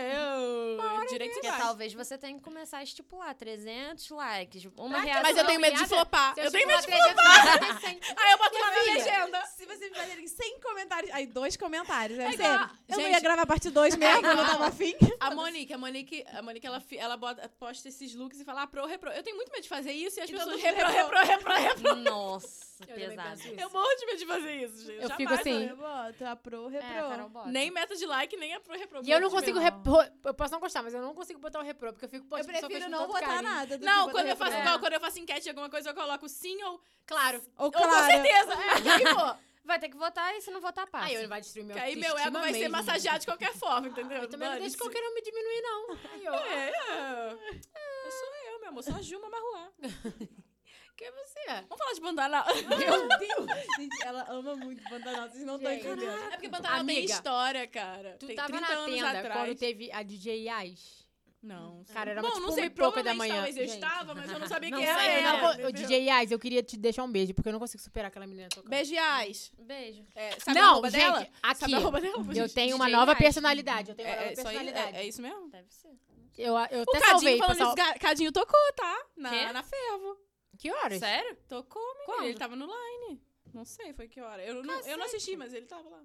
Eu... Direito
porque
e baixo.
talvez você tenha que começar a estipular 300 likes, uma
Pra quê?
reação.
Mas eu tenho medo de
Obrigada.
flopar.
Se
Eu tenho medo
estipular
de
300, vai ter 100.
Aí eu boto
Minha
na minha
filha.
legenda.
Se vocês me fazerem 100 comentários. Aí, dois comentários. Aí
É
você.
igual-
Eu não
gente-
ia gravar a parte 2 mesmo, eu não tava afim.
Tipo
A Monique, a Monique, a Monique ela, fi- ela bota, posta esses looks e fala, ah, pro, repro. Eu tenho muito medo de fazer isso e as
E todo
pessoas
mundo
repro, repro,
repro.
repro, repro.
Nossa,
Eu também
pesado.
penso isso.
Eu morro de medo de fazer isso, gente.
Eu fico
jamais
assim,
faria.
Eu boto a pro, repro.
É, Carol bota.
Nem meta de like, nem a pro, repro.
E eu não
Morro de
consigo.
medo.
repro- Eu posso não gostar, mas eu não consigo botar o repro, porque eu fico
eu
postando só
prefiro
fez Tipo, com
não
tanto
botar
carinho.
nada. do tipo, né?
Não,
que
quando
botar
eu faço
repro.
igual, quando eu faço enquete de alguma coisa, eu coloco sim ou claro.
Ou
Ou com
claro.
certeza. É, que for.
Vai ter que votar e se não votar, passa.
Aí Ah, eu vai destruir meu
Que aí meu ego
autoestima
vai ser
mesmo.
massageado de qualquer forma, entendeu?
Eu também não deixo
Dane-se.
qualquer um me diminuir, não. Aí eu,
É, é. Eu sou eu, meu amor. Sou a Gilma Marruá.
"Ah, quem você? é?"
Vamos falar de Bandanal.
Meu Deus! Gente, ela ama muito Pantanal, vocês não estão
Gente,
entendendo.
É porque Bandanal tem
Amiga,
história, cara.
Tu
tem
tava
30
na
anos
tenda
atrás.
quando teve a DJ Ice.
Não.
Cara, era
Bom,
tipo
não sei,
uma e pouca da
provavelmente
manhã.
talvez eu
gente.
estava, mas eu não sabia
Não
quem
sei,
era
Eu não
ela,
vou-
entendeu?
Ô, DJ Ice, eu queria te deixar um beijo, porque eu não consigo superar aquela menina tocando.
Beijo, Yas.
Beijo.
É, sabe a
não,
roupa
gente,
dela?
aqui.
Sabe a roupa dela?
Eu
gente?
tenho uma
DJ
nova
Ice.
personalidade. Eu tenho uma
É,
nova
é, só, é,
personalidade.
é isso mesmo?
Deve ser.
Eu, eu
O
até
Cadinho
salvei,
falando
pessoal.
isso, Ga- Cadinho tocou, tá? Na,
Quê?
na fervo.
Que horas?
Sério?
Tocou, menino.
Quando?
Ele tava no line. Não sei, foi que hora. Eu, não, eu não assisti, mas ele tava lá.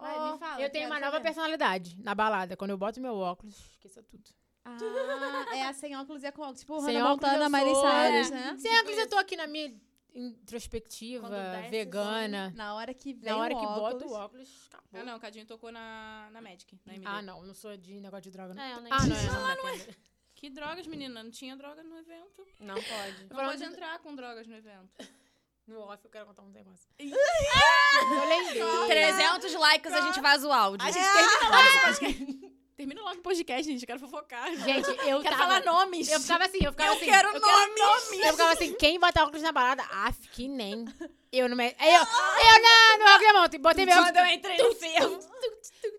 Vai, me fala,
eu tenho
quero
uma nova
saber.
personalidade na balada. Quando eu boto meu óculos, esqueça tudo.
Ah, é a sem óculos e a com óculos. Tipo,
Sem
Hannah
óculos eu
Montana, Miley
sou,
Cyrus,
é.
né?
Sem óculos, eu tô aqui na minha introspectiva,
Quando desce,
vegana.
Na hora que assim, vem
Na hora
o
que
óculos,
boto o óculos, acabou.
Ah, não, o Cadinho tocou na, na Magic, na MD.
Ah, não, não sou de negócio de droga, não.
É, eu nem
ah, não,
sei.
é, não, não é.
Que drogas, menina. Não tinha droga no evento.
Não pode.
Não
Falando
pode
de-
entrar com drogas no evento.
No off eu quero contar um negócio. eu lembrei.
300 likes, a gente vaza o áudio.
A gente termina logo esse podcast. Termina logo o podcast, gente. Eu quero fofocar.
Gente, eu
quero
tava...
falar nomes.
Eu ficava assim, eu ficava assim.
quero
eu
nomes.
Eu ficava assim, quem botar óculos na balada? Af, que nem. Eu não me... Aí eu, eu não, no óculos da monta. Botei meu óculos.
Quando eu entrei no fervo.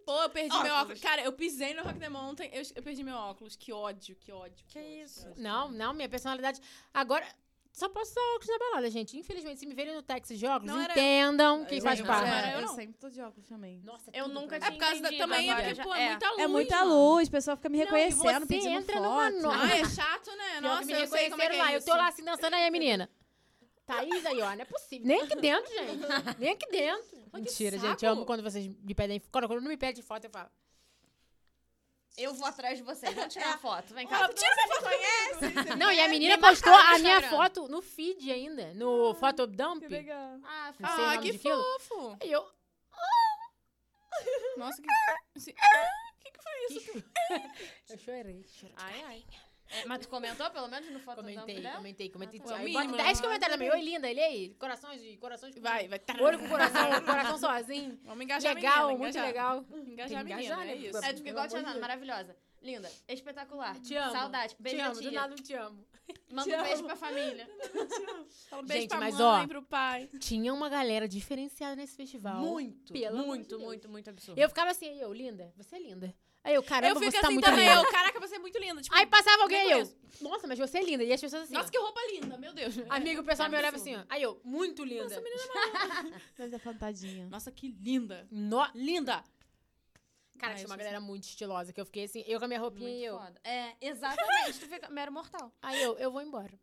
Pô, eu perdi meu
Óculos.
óculos. Cara, eu pisei no Rock the Mountain. Eu, eu perdi meu óculos. Que ódio, que ódio.
Que
ódio,
isso?
ódio.
Não, não, minha personalidade. Agora, só posso usar óculos na balada, gente. Infelizmente, se me verem no Texas de óculos,
Não era eu.
entendam que
Eu
faz
não,
parte.
não era
É,
eu
eu
não.
sempre tô de óculos também.
Nossa,
Eu
tudo
nunca
pra
É
mim.
por causa da,
Entendi,
também,
agora
é porque,
já-
pô,
é.
é muita luz.
É muita
mano.
luz, o pessoal fica me
Não, e
reconhecendo,
você
pedindo
entra
foto.
numa no-
Ah, é chato,
Pior
né?
que
Nossa,
me
eu sei como é
reconheceram
que é
lá. Eu
isso.
tô lá assim dançando aí, a menina. Thaís aí, ó, não é possível. Nem aqui dentro, gente. Nem aqui dentro. Mentira, gente. Eu
saco.
amo quando vocês me pedem. Quando, quando não me pedem foto, eu falo.
Eu vou atrás de vocês. Vamos
É.
tirar uma foto. Vem
Ah,
cá.
Tira minha foto conhece.
Não, e a menina
me
postou
marcaram
a
no
minha
Instagram.
foto no feed ainda, no photodump.
Que legal.
Ah,
Não sei o
Ah,
nome
que
daquilo.
fofo.
Aí eu,
Nossa, que... Esse- que que foi isso?
eu chorei. chorei.
Ai, ai. É, mas tu comentou pelo menos no foto
Comentei, comentei, comentei.
Ah, tá.
Aí
É o
bota
mínimo,
10
né?
comentários também. Oi, linda, ele aí. Corações de corações. com-
Vai, vai.
Olho com coração, coração sozinho.
Vamos engajar
Legal,
a menina,
muito
engajar.
legal.
Engajar a
Tem que
menina,
engajar, né?
é isso.
É, tu ficou
Pelo amor de
apaixonada,
Deus.
maravilhosa. Linda, espetacular.
Te amo.
Saudade. Beijo
te
na
amo,
tia.
do nada eu te amo.
Manda um beijo pra família.
Fala um beijo
Gente,
pra
mas,
mãe,
ó,
pro pai.
Tinha uma galera diferenciada nesse festival.
Muito,
Pelo amor de
muito,
Deus.
muito, muito absurdo.
Eu ficava assim, aí eu, linda, você é linda. Aí eu, caramba,
eu fico
você
assim
tá muito
também.
linda.
Eu, caraca, você é muito linda. Tipo,
Aí passava alguém aí
Nem
eu, nossa, mas você é linda. E as pessoas assim,
nossa, que roupa linda, meu Deus.
ó, amigo, o pessoal me olhava assim, ó. Aí eu, muito linda.
Mas é fantadinha.
Nossa, que linda.
No-
Linda.
Cara,
Ah,
tinha
eu
uma
sou
galera muito estilosa, que eu fiquei assim, eu com a minha roupinha e
Muito
eu.
foda. É, exatamente. Tu fica mero mortal.
Aí eu, eu vou embora.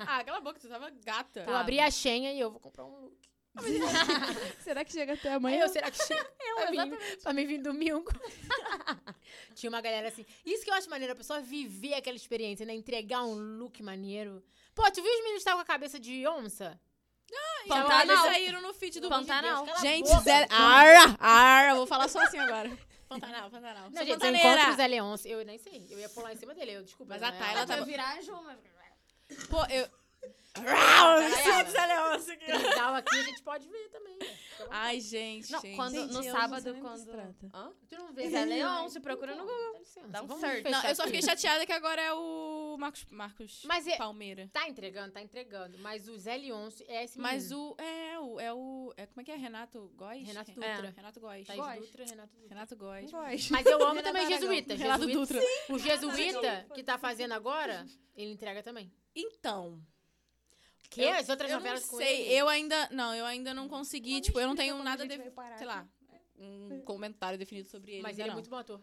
Ah, cala a boca, você tava gata.
Eu abri a senha e eu vou comprar um look.
Será que chega até
Aí
amanhã?
eu, será que chega? pra, mim, pra mim vir domingo. Tinha uma galera assim. Isso que eu acho maneiro, a pessoa viver aquela experiência, né? Entregar um look maneiro. Pô, tu viu os meninos que estavam com a cabeça de onça? Ah, então tá.
Pantanal.
Pantanal.
saíram no feed do
Pantanal.
Cala a
Gente,
boca.
Zé... Ara, ara, vou falar só assim agora.
Pantanal, Pantanal.
Não,
Sou
gente, eu
pantaneira.
encontro o Zé Leonce. Eu nem sei. Eu ia pular em cima dele. Eu, desculpa.
Mas
não
a
é-
Tayla tava...
virar João.
Pô, eu... Ah,
Trisal aqui, a gente pode ver também. né?
Ai, gente,
Não,
gente.
quando,
Gente, eu
no
não sei
sábado,
nem do que se
quando...
trata.
Hã?
Tu não vê.
Zé Leão, se procura no
Google. então, Dá licença.
Dá um
Vamos
search.
fechar
Não, eu só
aqui.
fiquei chateada que agora é o Marcos, Marcos
Mas é-
Palmeira.
Tá entregando, tá entregando. Mas o Zé Leonce é esse
Mas
menino.
o é, o... é o... É, como é que é? Renato Góes?
Renato
É,
Dutra. Tá
Renato Góes.
Thaís
Góes.
Dutra, Renato Dutra. tá
Renato Góes.
Mas eu amo também
Renato Aragão.
jesuíta.
Renato
jesuíta.
Dutra.
O jesuíta que tá fazendo agora, ele entrega também.
Então...
Que
Eu-
as outras
Eu não
novelas com
sei,
ele?
eu ainda... Não, eu ainda não consegui, tipo, eu não tenho nada... De, sei lá, um comentário definido sobre ele.
Mas
ainda
ele é
não.
muito bom ator.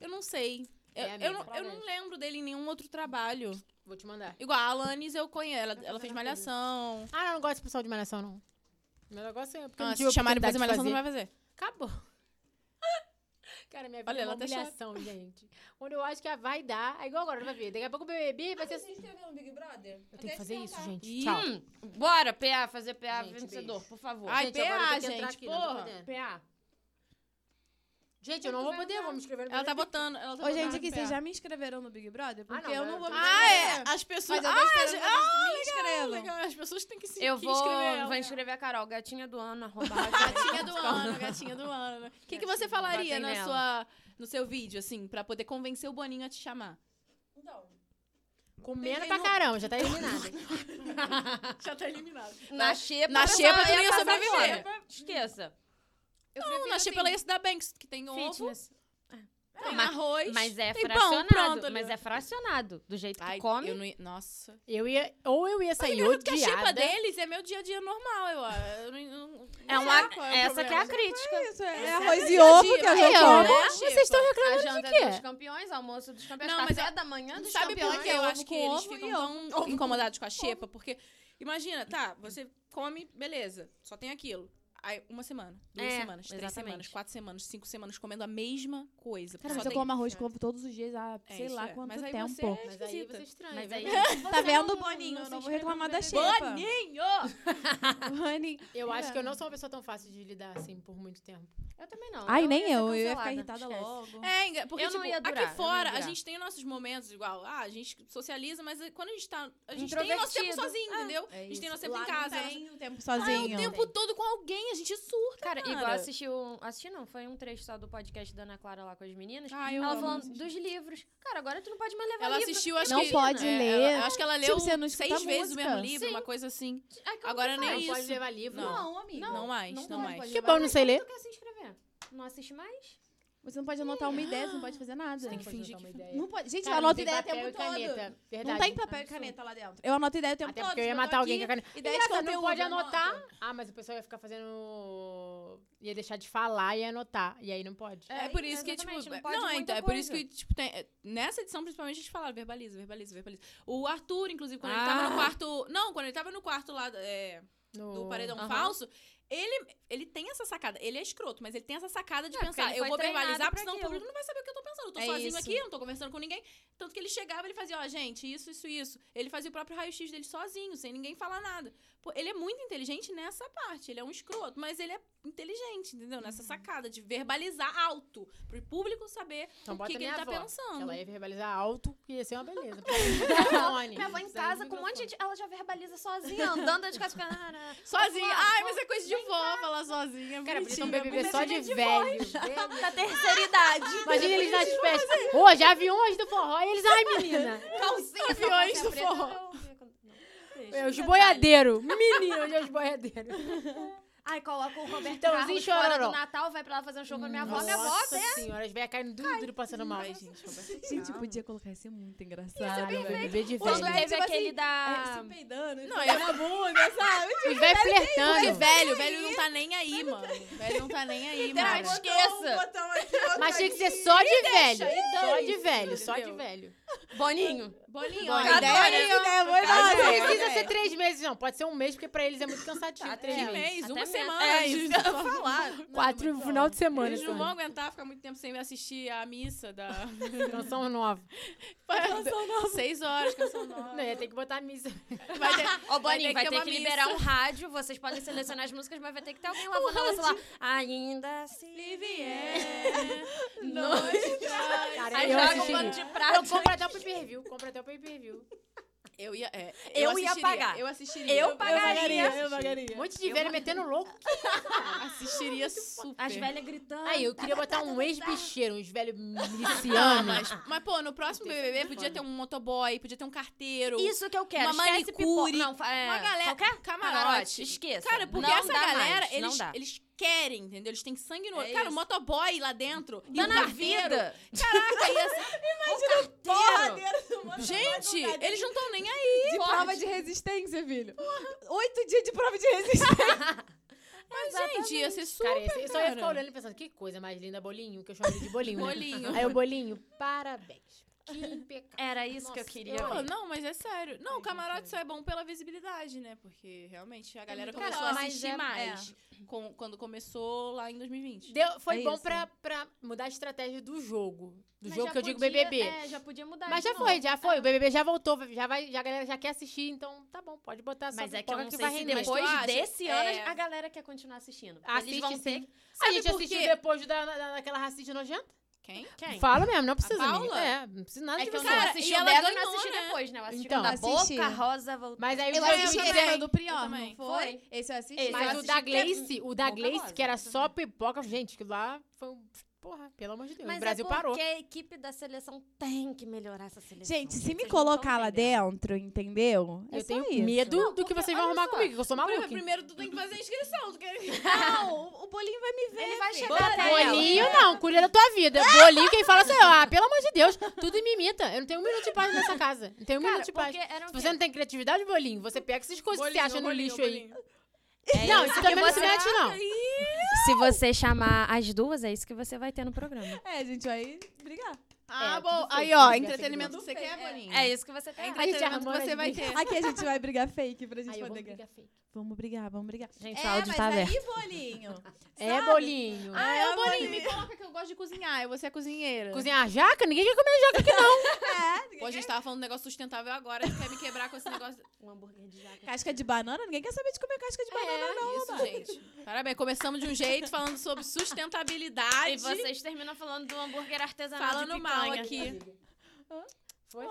Eu não sei. Eu,
É, amiga,
eu não, eu não
provavelmente.
lembro dele em nenhum outro trabalho.
Vou te mandar.
Igual a Alanis eu conheço. Ela, ela fez
fazendo
malhação.
Ah, não, eu não gosto de pessoal de malhação, não. Meu negócio é porque eu
Ah,
não
se
tive
chamarem pra fazer
oportunidade de
malhação, não vai fazer.
Acabou. Cara, minha vida
Olha,
é uma
ela tá chorando.
humilhação, gente. Quando eu acho que vai dar, é igual agora, vai ver. Daqui a pouco o BBB vai ser assim.
inscreveu no um Big Brother?
Eu tenho que fazer isso, gente.
Ih,
Tchau.
Hum, bora, PA, fazer PA
Gente,
vencedor, por favor.
Ai,
gente, agora eu
PA,
tenho que entrar
gente,
aqui, não tô
porra.
podendo.
PA.
Gente, eu não vou poder, eu vou me inscrever no
Ela tá
BBB.
botando. Ela tá
Ô,
botando
gente,
no
aqui,
pé.
vocês já me inscreveram no Big Brother?
Ah,
Porque
não,
eu
mas-
não vou me
Ah,
inscrever.
é. As pessoas.
Mas eu
Ah,
tô esperando
ah,
vocês me inscrevam.
legal. As pessoas têm que se
Eu
que
vou,
inscrever ela.
vou inscrever a Carol, gatinha do ano, arroba.
Gatinha do ano, gatinha do ano. O que, que você falaria
Batem
na
nela.
sua, no seu vídeo, assim, pra poder convencer o Boninho a te chamar?
Comendo pra caramba, já tá eliminada.
Já tá eliminado.
Na xepa.
na
eu
xepa
só
tu não ia
passar
sobreviver.
xepa, Esqueça. Eu
Não,
prefiro,
na xepa
assim,
ela ia se dar bem, que tem ovo,
fitness.
tem
mas-
arroz,
Mas é
tem pão,
fracionado.
pronto. né?
mas é fracionado. Do jeito que
Ai,
come.
eu não ia- Nossa.
Eu ia, ou eu ia sair
Engraçado que a
odiada.
chipa deles é meu dia a dia normal, eu, eu não- eu não-
É
sei
uma,
lá qual é o
essa que é a
problema.
crítica.
Isso, é,
Essa é
arroz
a
e ovo
dia,
que eu
né?
É,
já
ó,
como.
né?
vocês estão
Tipo, A
reclamando de
janta
quê?
dos campeões, almoço dos campeões,
Não, mas
café da
É
manhã dos
Sabe
campeões.
por que eu
ovo
acho que
com
eles
ovo
ficam
e
tão incomodados com a xepa? Porque, imagina, tá, você come, beleza, só tem aquilo. Aí, uma semana, duas
É,
semanas, três
exatamente.
semanas, quatro semanas, cinco semanas, comendo a mesma coisa.
Cara,
só
mas eu
tem-
como arroz e couve todos os dias há
É,
sei
isso
lá
é.
quanto
Mas aí
tempo.
você é
Mas aí você
esquisita.
estranha.
Mas aí,
Tá
você
vendo,
não-
Boninho?
não
Eu não
se
vou
inscreve
reclamar
no
da
BBB.
xepa.
Boninho!
Honey.
Eu acho que eu não sou uma pessoa tão fácil de lidar, assim, por muito tempo.
Eu também não.
Ai, nem
ia ser
eu. Eu ia ficar
cancelada,
irritada
esquece.
logo.
É, enga- porque
Eu não
tipo,
ia durar, eu não
aqui
ia
fora a
durar.
gente tem nossos momentos igual. Ah, a gente socializa, mas quando a gente tá. A gente tem nosso tempo
Introvertido. Ah,
sozinho, entendeu?
É
a gente tem
isso.
nosso tempo
Lá
em
não
casa.
tem o tempo
Ah, é
sozinho.
o tempo todo com alguém, a gente surta.
um Cara,
cara.
igual assisti o. Assisti não, foi um trecho só do podcast da Ana Clara lá com as meninas.
Ah, eu
ela
amo
falando dos livros. Cara, agora tu não pode mais levar
Ela
livro.
assistiu, acho
Não
que.
pode
é,
ler.
ela- acho que ela
Tipo,
leu
você não escuta
seis
tá
vezes o
música.
mesmo livro, uma coisa assim.
Ai, como
Agora
É que
nem
faz?
não pode
isso.
levar livro.
Não.
amiga.
Não mais, não,
não pode,
mais.
pode.
Que bom, não
Mas
sei
como
ler.
Tu quer se inscrever? Não assiste mais?
Você não pode anotar uma ideia, você não pode fazer nada.
tem que fingir que-
Não pode. Gente,
Cara,
eu
não
anoto
tem
ideia o
papel
tempo
e
todo.
caneta. Verdade.
Não tem papel e caneta lá dentro. Eu anoto ideia o tempo
Até
todo.
porque eu ia
senão tô
matar alguém
aqui.
com a caneta.
ideia de
Engraçado, não
conteúdo,
pode
eu não
anotar.
anoto.
Ah, mas o pessoal ia ficar fazendo... Ia deixar de falar e ia anotar. E aí não pode.
É,
É,
por isso que, tipo.
exatamente, não
é-
pode
Não, é,
muita
então, é por isso que,
coisa.
tipo, tem. é, Nessa edição, principalmente, a gente falava, verbaliza, verbaliza, verbaliza. O Arthur, inclusive, quando ele tava no
Ah.
quarto. Não, quando ele tava no quarto lá é,
No...
do paredão
Aham.
falso, ele, ele tem essa sacada. Ele é escroto, mas ele tem essa sacada de
É, porque
pensar,
ele
eu
foi
vou
treinado
verbalizar,
pra
porque senão o
aquilo.
público não vai saber o que eu tô pensando. Eu tô
É
sozinho
isso.
aqui, eu não tô conversando com ninguém. Tanto que ele chegava, ele fazia, ó, gente, isso, isso, isso. Ele fazia o próprio raio-x dele sozinho, sem ninguém falar nada. Pô, ele é muito inteligente nessa parte. Ele é um escroto, mas ele é inteligente, entendeu? Nessa sacada de verbalizar alto, pro público saber
Então
o
bota
que, que ele
minha
tá
avó.
pensando.
Ela ia verbalizar alto, que ia ser uma beleza. Microfone.
Minha avó em casa com um monte de gente. Ela já verbaliza sozinha, andando de casa ficando.
Sozinha.
Vó,
Ai,
vó,
mas é coisa de vó falar sozinha.
Cara, podia ter um
bonitinho.
BBB só de
de
velho.
Da terceira idade.
Imagina eles nas festas. Ô, já vi um hoje do forró e eles... Ai, menina.
Ah, Calcinha.
Aviões do
preta,
forró.
eu ouvi quando- não, deixa.
É os boiadeiros. Menino, hoje é os boiadeiros.
Ai, coloca o Roberto
Então,
Carlos
Zinho
fora
Chororó.
do Natal, vai pra lá fazer um show com a minha avó. Minha avó
Nossa senhora, as velhas caindo duro, duro, passando mal.
Ai, gente, tipo, Roberto
Gente,
Carlos.
podia colocar isso é muito
Caralho,
engraçado.
velho, bebê de
Quando
Quando
é,
velho.
tipo
teve
assim,
aquele
É,
da...
se peidando.
Não, eu...
bunda, sabe?
Os velhos
Porque
flertando.
velho, velho não tá nem aí, mano. Velho não tá nem aí,
Literal,
mano.
esqueça.
Botão aqui,
Mas tinha que ser só de
deixa,
velho.
e
Só
dane-se,
de velho, só de
entendeu?
velho.
Boninho.
Bolinho,
Bolinho.
olha,
Ideia
adorei.
nenhuma.
ideia, né? vou
Mas
embora.
não
é,
precisa
é.
ser três meses, não. Pode ser um mês, porque pra eles é muito cansativo.
Tá,
três
três
meses. é
meses, uma
Até
semana.
né?
menos. É,
de
isso que eu tô
falar.
Quatro
Não, mas,
final
ó,
de semana.
Eles não
sabe?
vão aguentar ficar muito tempo sem assistir a missa da.
Canção nova.
Seis horas, canção nova.
Não, ia ter que botar a missa.
Vai ter-
Ah, Ó, Boninho, vai ter,
uma
que
missa.
liberar um rádio, vocês podem selecionar as músicas, mas vai ter que ter alguém lavando a louça lá. Ainda se
Vivier,
Nós-
Cara,
Aí
eu
joga um
assistiria.
pano de
Eu
prato.
compro até o pay-per-view. Compro até o pay-per-view.
Eu ia. é,
Eu ia
assistiria,
pagar.
Eu assistiria.
Eu pagaria. Ah,
Eu pagaria.
Um monte de velho metendo louco.
Assistiria super.
As velhas gritando.
Aí, eu queria botar um ex-bicheiro, uns velhos
Ah,
né?
milicianos.
mas, mas, pô, no próximo BBB podia ter um motoboy, podia ter um carteiro.
Isso que eu quero.
Uma
Esquece
manicure,
pipo- Não, fa- é,
Uma galera.
Qualquer
Camarote.
camarote. Esqueça.
Cara, porque
Não
essa
dá
galera,
mais,
eles,
Não dá.
eles querem, entendeu? Eles têm sangue no
É
olho. cara, o
isso.
motoboy lá dentro. e
Dá
o
na
carteiro.
vida.
Caraca, ia ser-
Porradeira do mundo.
um
Gente, eles não estão nem aí.
De prova de resistência, filho. Oito dias de prova de resistência.
Mas, gente, ia ser super.
Cara, esse- eu só ia ficar
cara.
olhando e pensando, que coisa mais linda, bolinho, que eu chamo ele de bolinho. né?
Bolinho.
Aí o bolinho, parabéns. Que impecável.
Era isso que eu
Nossa,
queria.
eu
Pô,
ver.
não, mas é sério. Não, o camarote só é bom pela visibilidade, né? Porque realmente
É
a galera começou a
mas
assistir
é-
mais com- quando começou lá em 2020.
Deu- foi
É
bom
isso.
pra, pra mudar a estratégia do jogo. Do
Mas
jogo
já
que eu digo
podia-
BBB.
É, já podia mudar.
Mas
de
já
novo.
foi, já foi. O BBB já voltou, já vai, já a galera já quer assistir, então tá bom, pode botar só
Mas é que eu
pipoca
não
vai
sei se
render.
depois
Mas tu acha?
desse ano
É.
a galera quer continuar assistindo. Porque
Assiste
Eles vão
sim.
ter...
A
Sabe
gente
por
assistiu
quê?
depois da, da- daquela racista nojenta?
Quem?
Quem?
Fala mesmo, não precisa, amiga.
Paula?
É, não precisa nada
É
de
que eu
você.
não
Cara,
assisti
e
o
ela
dela e não
ganhou,
assisti
né?
depois, né? Eu assisti
Então.
então, da
Assisti.
Boca Rosa voltou.
Mas aí
Eu
o é
assisti
jogo-
o tema do Prior,
também.
não foi?
Foi.
Esse eu assisti.
Esse eu
Mas o
assisti é
da
que-
Gleice, o da
Boca
Gleice,
Rosa.
que era só pipoca, gente, que lá foi um. Porra, pelo amor de Deus.
Mas
o Brasil
é porque
parou.
a equipe da seleção tem que melhorar essa seleção.
Gente, se me
Vocês não tão
colocar lá
entendendo.
dentro, entendeu? É
Eu
só
tenho
isso.
medo
Não,
do que
porque,
vocês vão
olha
arrumar
só,
comigo, que eu sou maluca.
Primeiro tu tem que fazer a inscrição. Tu quer...
Não, o bolinho vai me ver.
Ele vai
filho.
chegar até ela.
Bolinho não, cuida da tua vida. Bolinho, quem fala sou eu. Ah, pelo amor de Deus, tudo me imita. Eu não tenho um minuto de paz nessa casa. Não tenho um
Cara,
minuto de paz.
porque é eram
Se
o
você
quê?
não tem criatividade, bolinho, você pega essas coisas que você acha no lixo aí.
É
Não,
isso
isso
que
também não se
você-
mete, não.
Se você chamar as duas, é isso que você vai ter no programa.
É, a gente vai brigar.
Ah,
É,
bom.
tudo feio,
Aí, ó,
tudo
entretenimento
feio,
que você quer, Boninho.
É isso que você tem.
A gente
entretenimento que
arruma
você
de
vai
brigar.
ter.
Aqui a gente vai brigar fake pra gente
Aí eu vou
poder ganhar.
brigar fake.
Vamos brigar, vamos brigar.
Gente,
É,
o áudio
mas
tá aberto.
aí, bolinho.
É,
sabe?
bolinho.
Ah, é,
É,
bolinho. Me coloca que eu gosto de cozinhar. Eu vou ser a cozinheira.
Cozinhar jaca? Ninguém quer comer.
Pô, a gente tava falando um negócio sustentável agora. Você quer me quebrar com esse negócio.
Um hambúrguer de jaca.
Casca de banana? Ninguém quer saber de comer casca de
É,
banana, não.
Isso, gente. Parabéns. Começamos de um jeito, falando sobre sustentabilidade.
E vocês terminam falando do hambúrguer artesanal de
falando mal
picanha.
aqui.
Foi?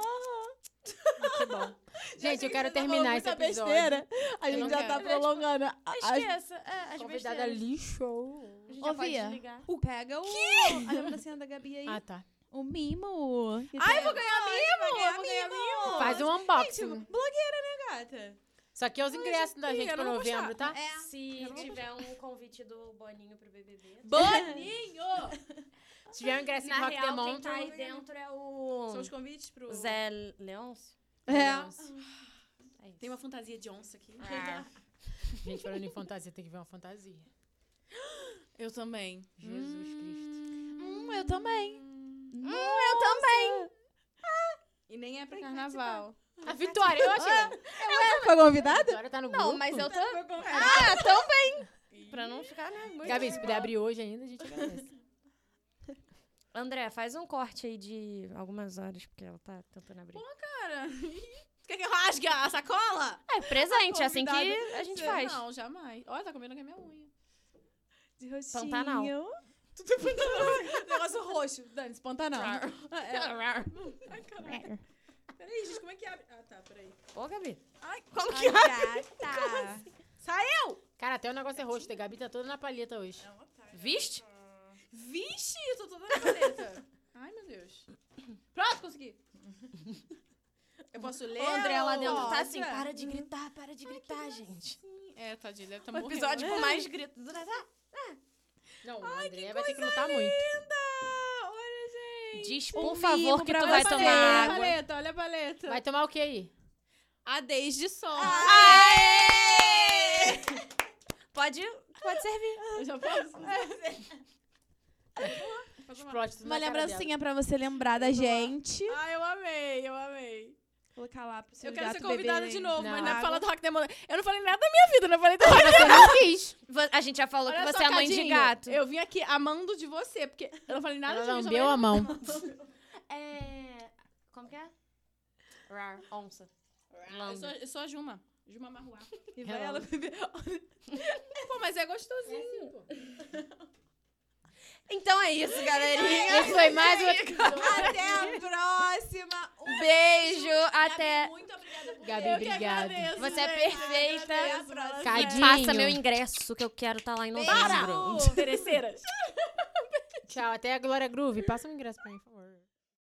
Que bom. Gente, eu quero terminar esse
muita
episódio.
besteira. A
não
gente já tá
quero.
prolongando. A- a-
Esqueça. É, as
Convidada
besteiras.
lixo.
A gente já pode
Ô, Bia.
desligar.
O pega o. Que? A lembrancinha da Gabi aí.
Ah, tá.
O mimo.
Ai, eu vou ganhar
mimo!
eu vou ganhar
mimo!
Faz um
Gente,
unboxing.
blogueira, né, gata?
Só que é os ingressos da
filha,
gente
eu
pra
não vou
novembro, tá?
É.
Se tiver um convite do Boninho pro BBB.
Boninho!
Se tiver um ingresso em
Na real,
Rockdemont,
quem tá aí dentro é
São os
o
convites pro.
Zé Leôncio.
É.
É isso.
Tem uma fantasia de onça aqui.
Ah,
Gente, falando em fantasia, tem que ver uma fantasia.
Eu também.
Jesus Cristo.
Hum, eu também.
eu também.
E nem é pra
Tem que Ah,
carnaval.
A Vitória, eu achei.
Foi
A
convidada?
Vitória tá no grupo.
Não, mas eu
Então
tô.
Ah,
Pra não ficar, né? Muito...
Gabi, se puder abrir hoje ainda, a gente agradece.
André, faz um corte aí de algumas horas, porque ela tá tentando abrir.
Cara, quer que eu rasgue a sacola?
É presente, é assim que
Convidado.
a gente faz.
Não, jamais. Olha, tá comendo com a minha unha.
De rostinho.
Pantanal.
Tudo é Pantanal. Negócio roxo. É. Dane-se, Pantanal.
Ai, caralho. Peraí, gente, como é que abre? Ah, tá, peraí.
Ô, Gabi.
Ai, como
Ai, gata.
Sai
Cara, até o negócio é roxo. A Gabi tá toda na palheta hoje.
Viste?
Vixe, eu tô toda na paleta. Ai, meu Deus. Pronto, consegui. Eu posso ler?
Ô, André, lá
ou-
dentro tá assim,
Nossa.
para de gritar, para de gritar, gente.
É, tadinho, deve tá
Um
morrendo.
episódio com mais grito.
Não, o André vai ter que lutar muito.
Ah, olha, gente.
Diz,
Um
por favor,
mimo
que
pra
tu
você.
vai tomar
Olha a
água.
paleta, olha a paleta.
Vai tomar o que aí?
A desde sol.
Aê! Pode, pode servir.
Eu já posso? fazer uma...
Explode tudo
Uma
na cara dela.
lembrancinha pra você lembrar da gente.
Ah, eu amei, eu amei.
Colocar lá pro seu
Eu quero ser
gato
convidada
beberem
de novo, mas
Não.
não é pra falar do Rock Demônio. Eu não falei nada da minha vida, não falei do Rock
Você não quis.
Va- A gente já falou
Olha
que
só,
você é a mãe de
Cadinho,
gato.
Eu vim aqui amando de você, porque eu não falei nada
Ela
de mim.
lambeu a mão.
É. Como que é? Rar, onça.
né? Eu sou, eu sou a Juma. Juma Marruá.
E vai
Ela-
ela beber.
Pô, mas é gostosinho.
Então é isso, galerinha.
Esse foi mais um
Até a próxima. Um
Beijo, até.
Muito obrigada por
Gabi,
eu que
obrigado.
agradeço.
Você é
gente.
perfeita.
Eu agradeço a vocês.
Cadinho.
Passa meu ingresso que eu quero estar lá em novembro.
Para! Interesseiras.
Tchau, até a Glória Groove. Passa um ingresso pra mim, por favor.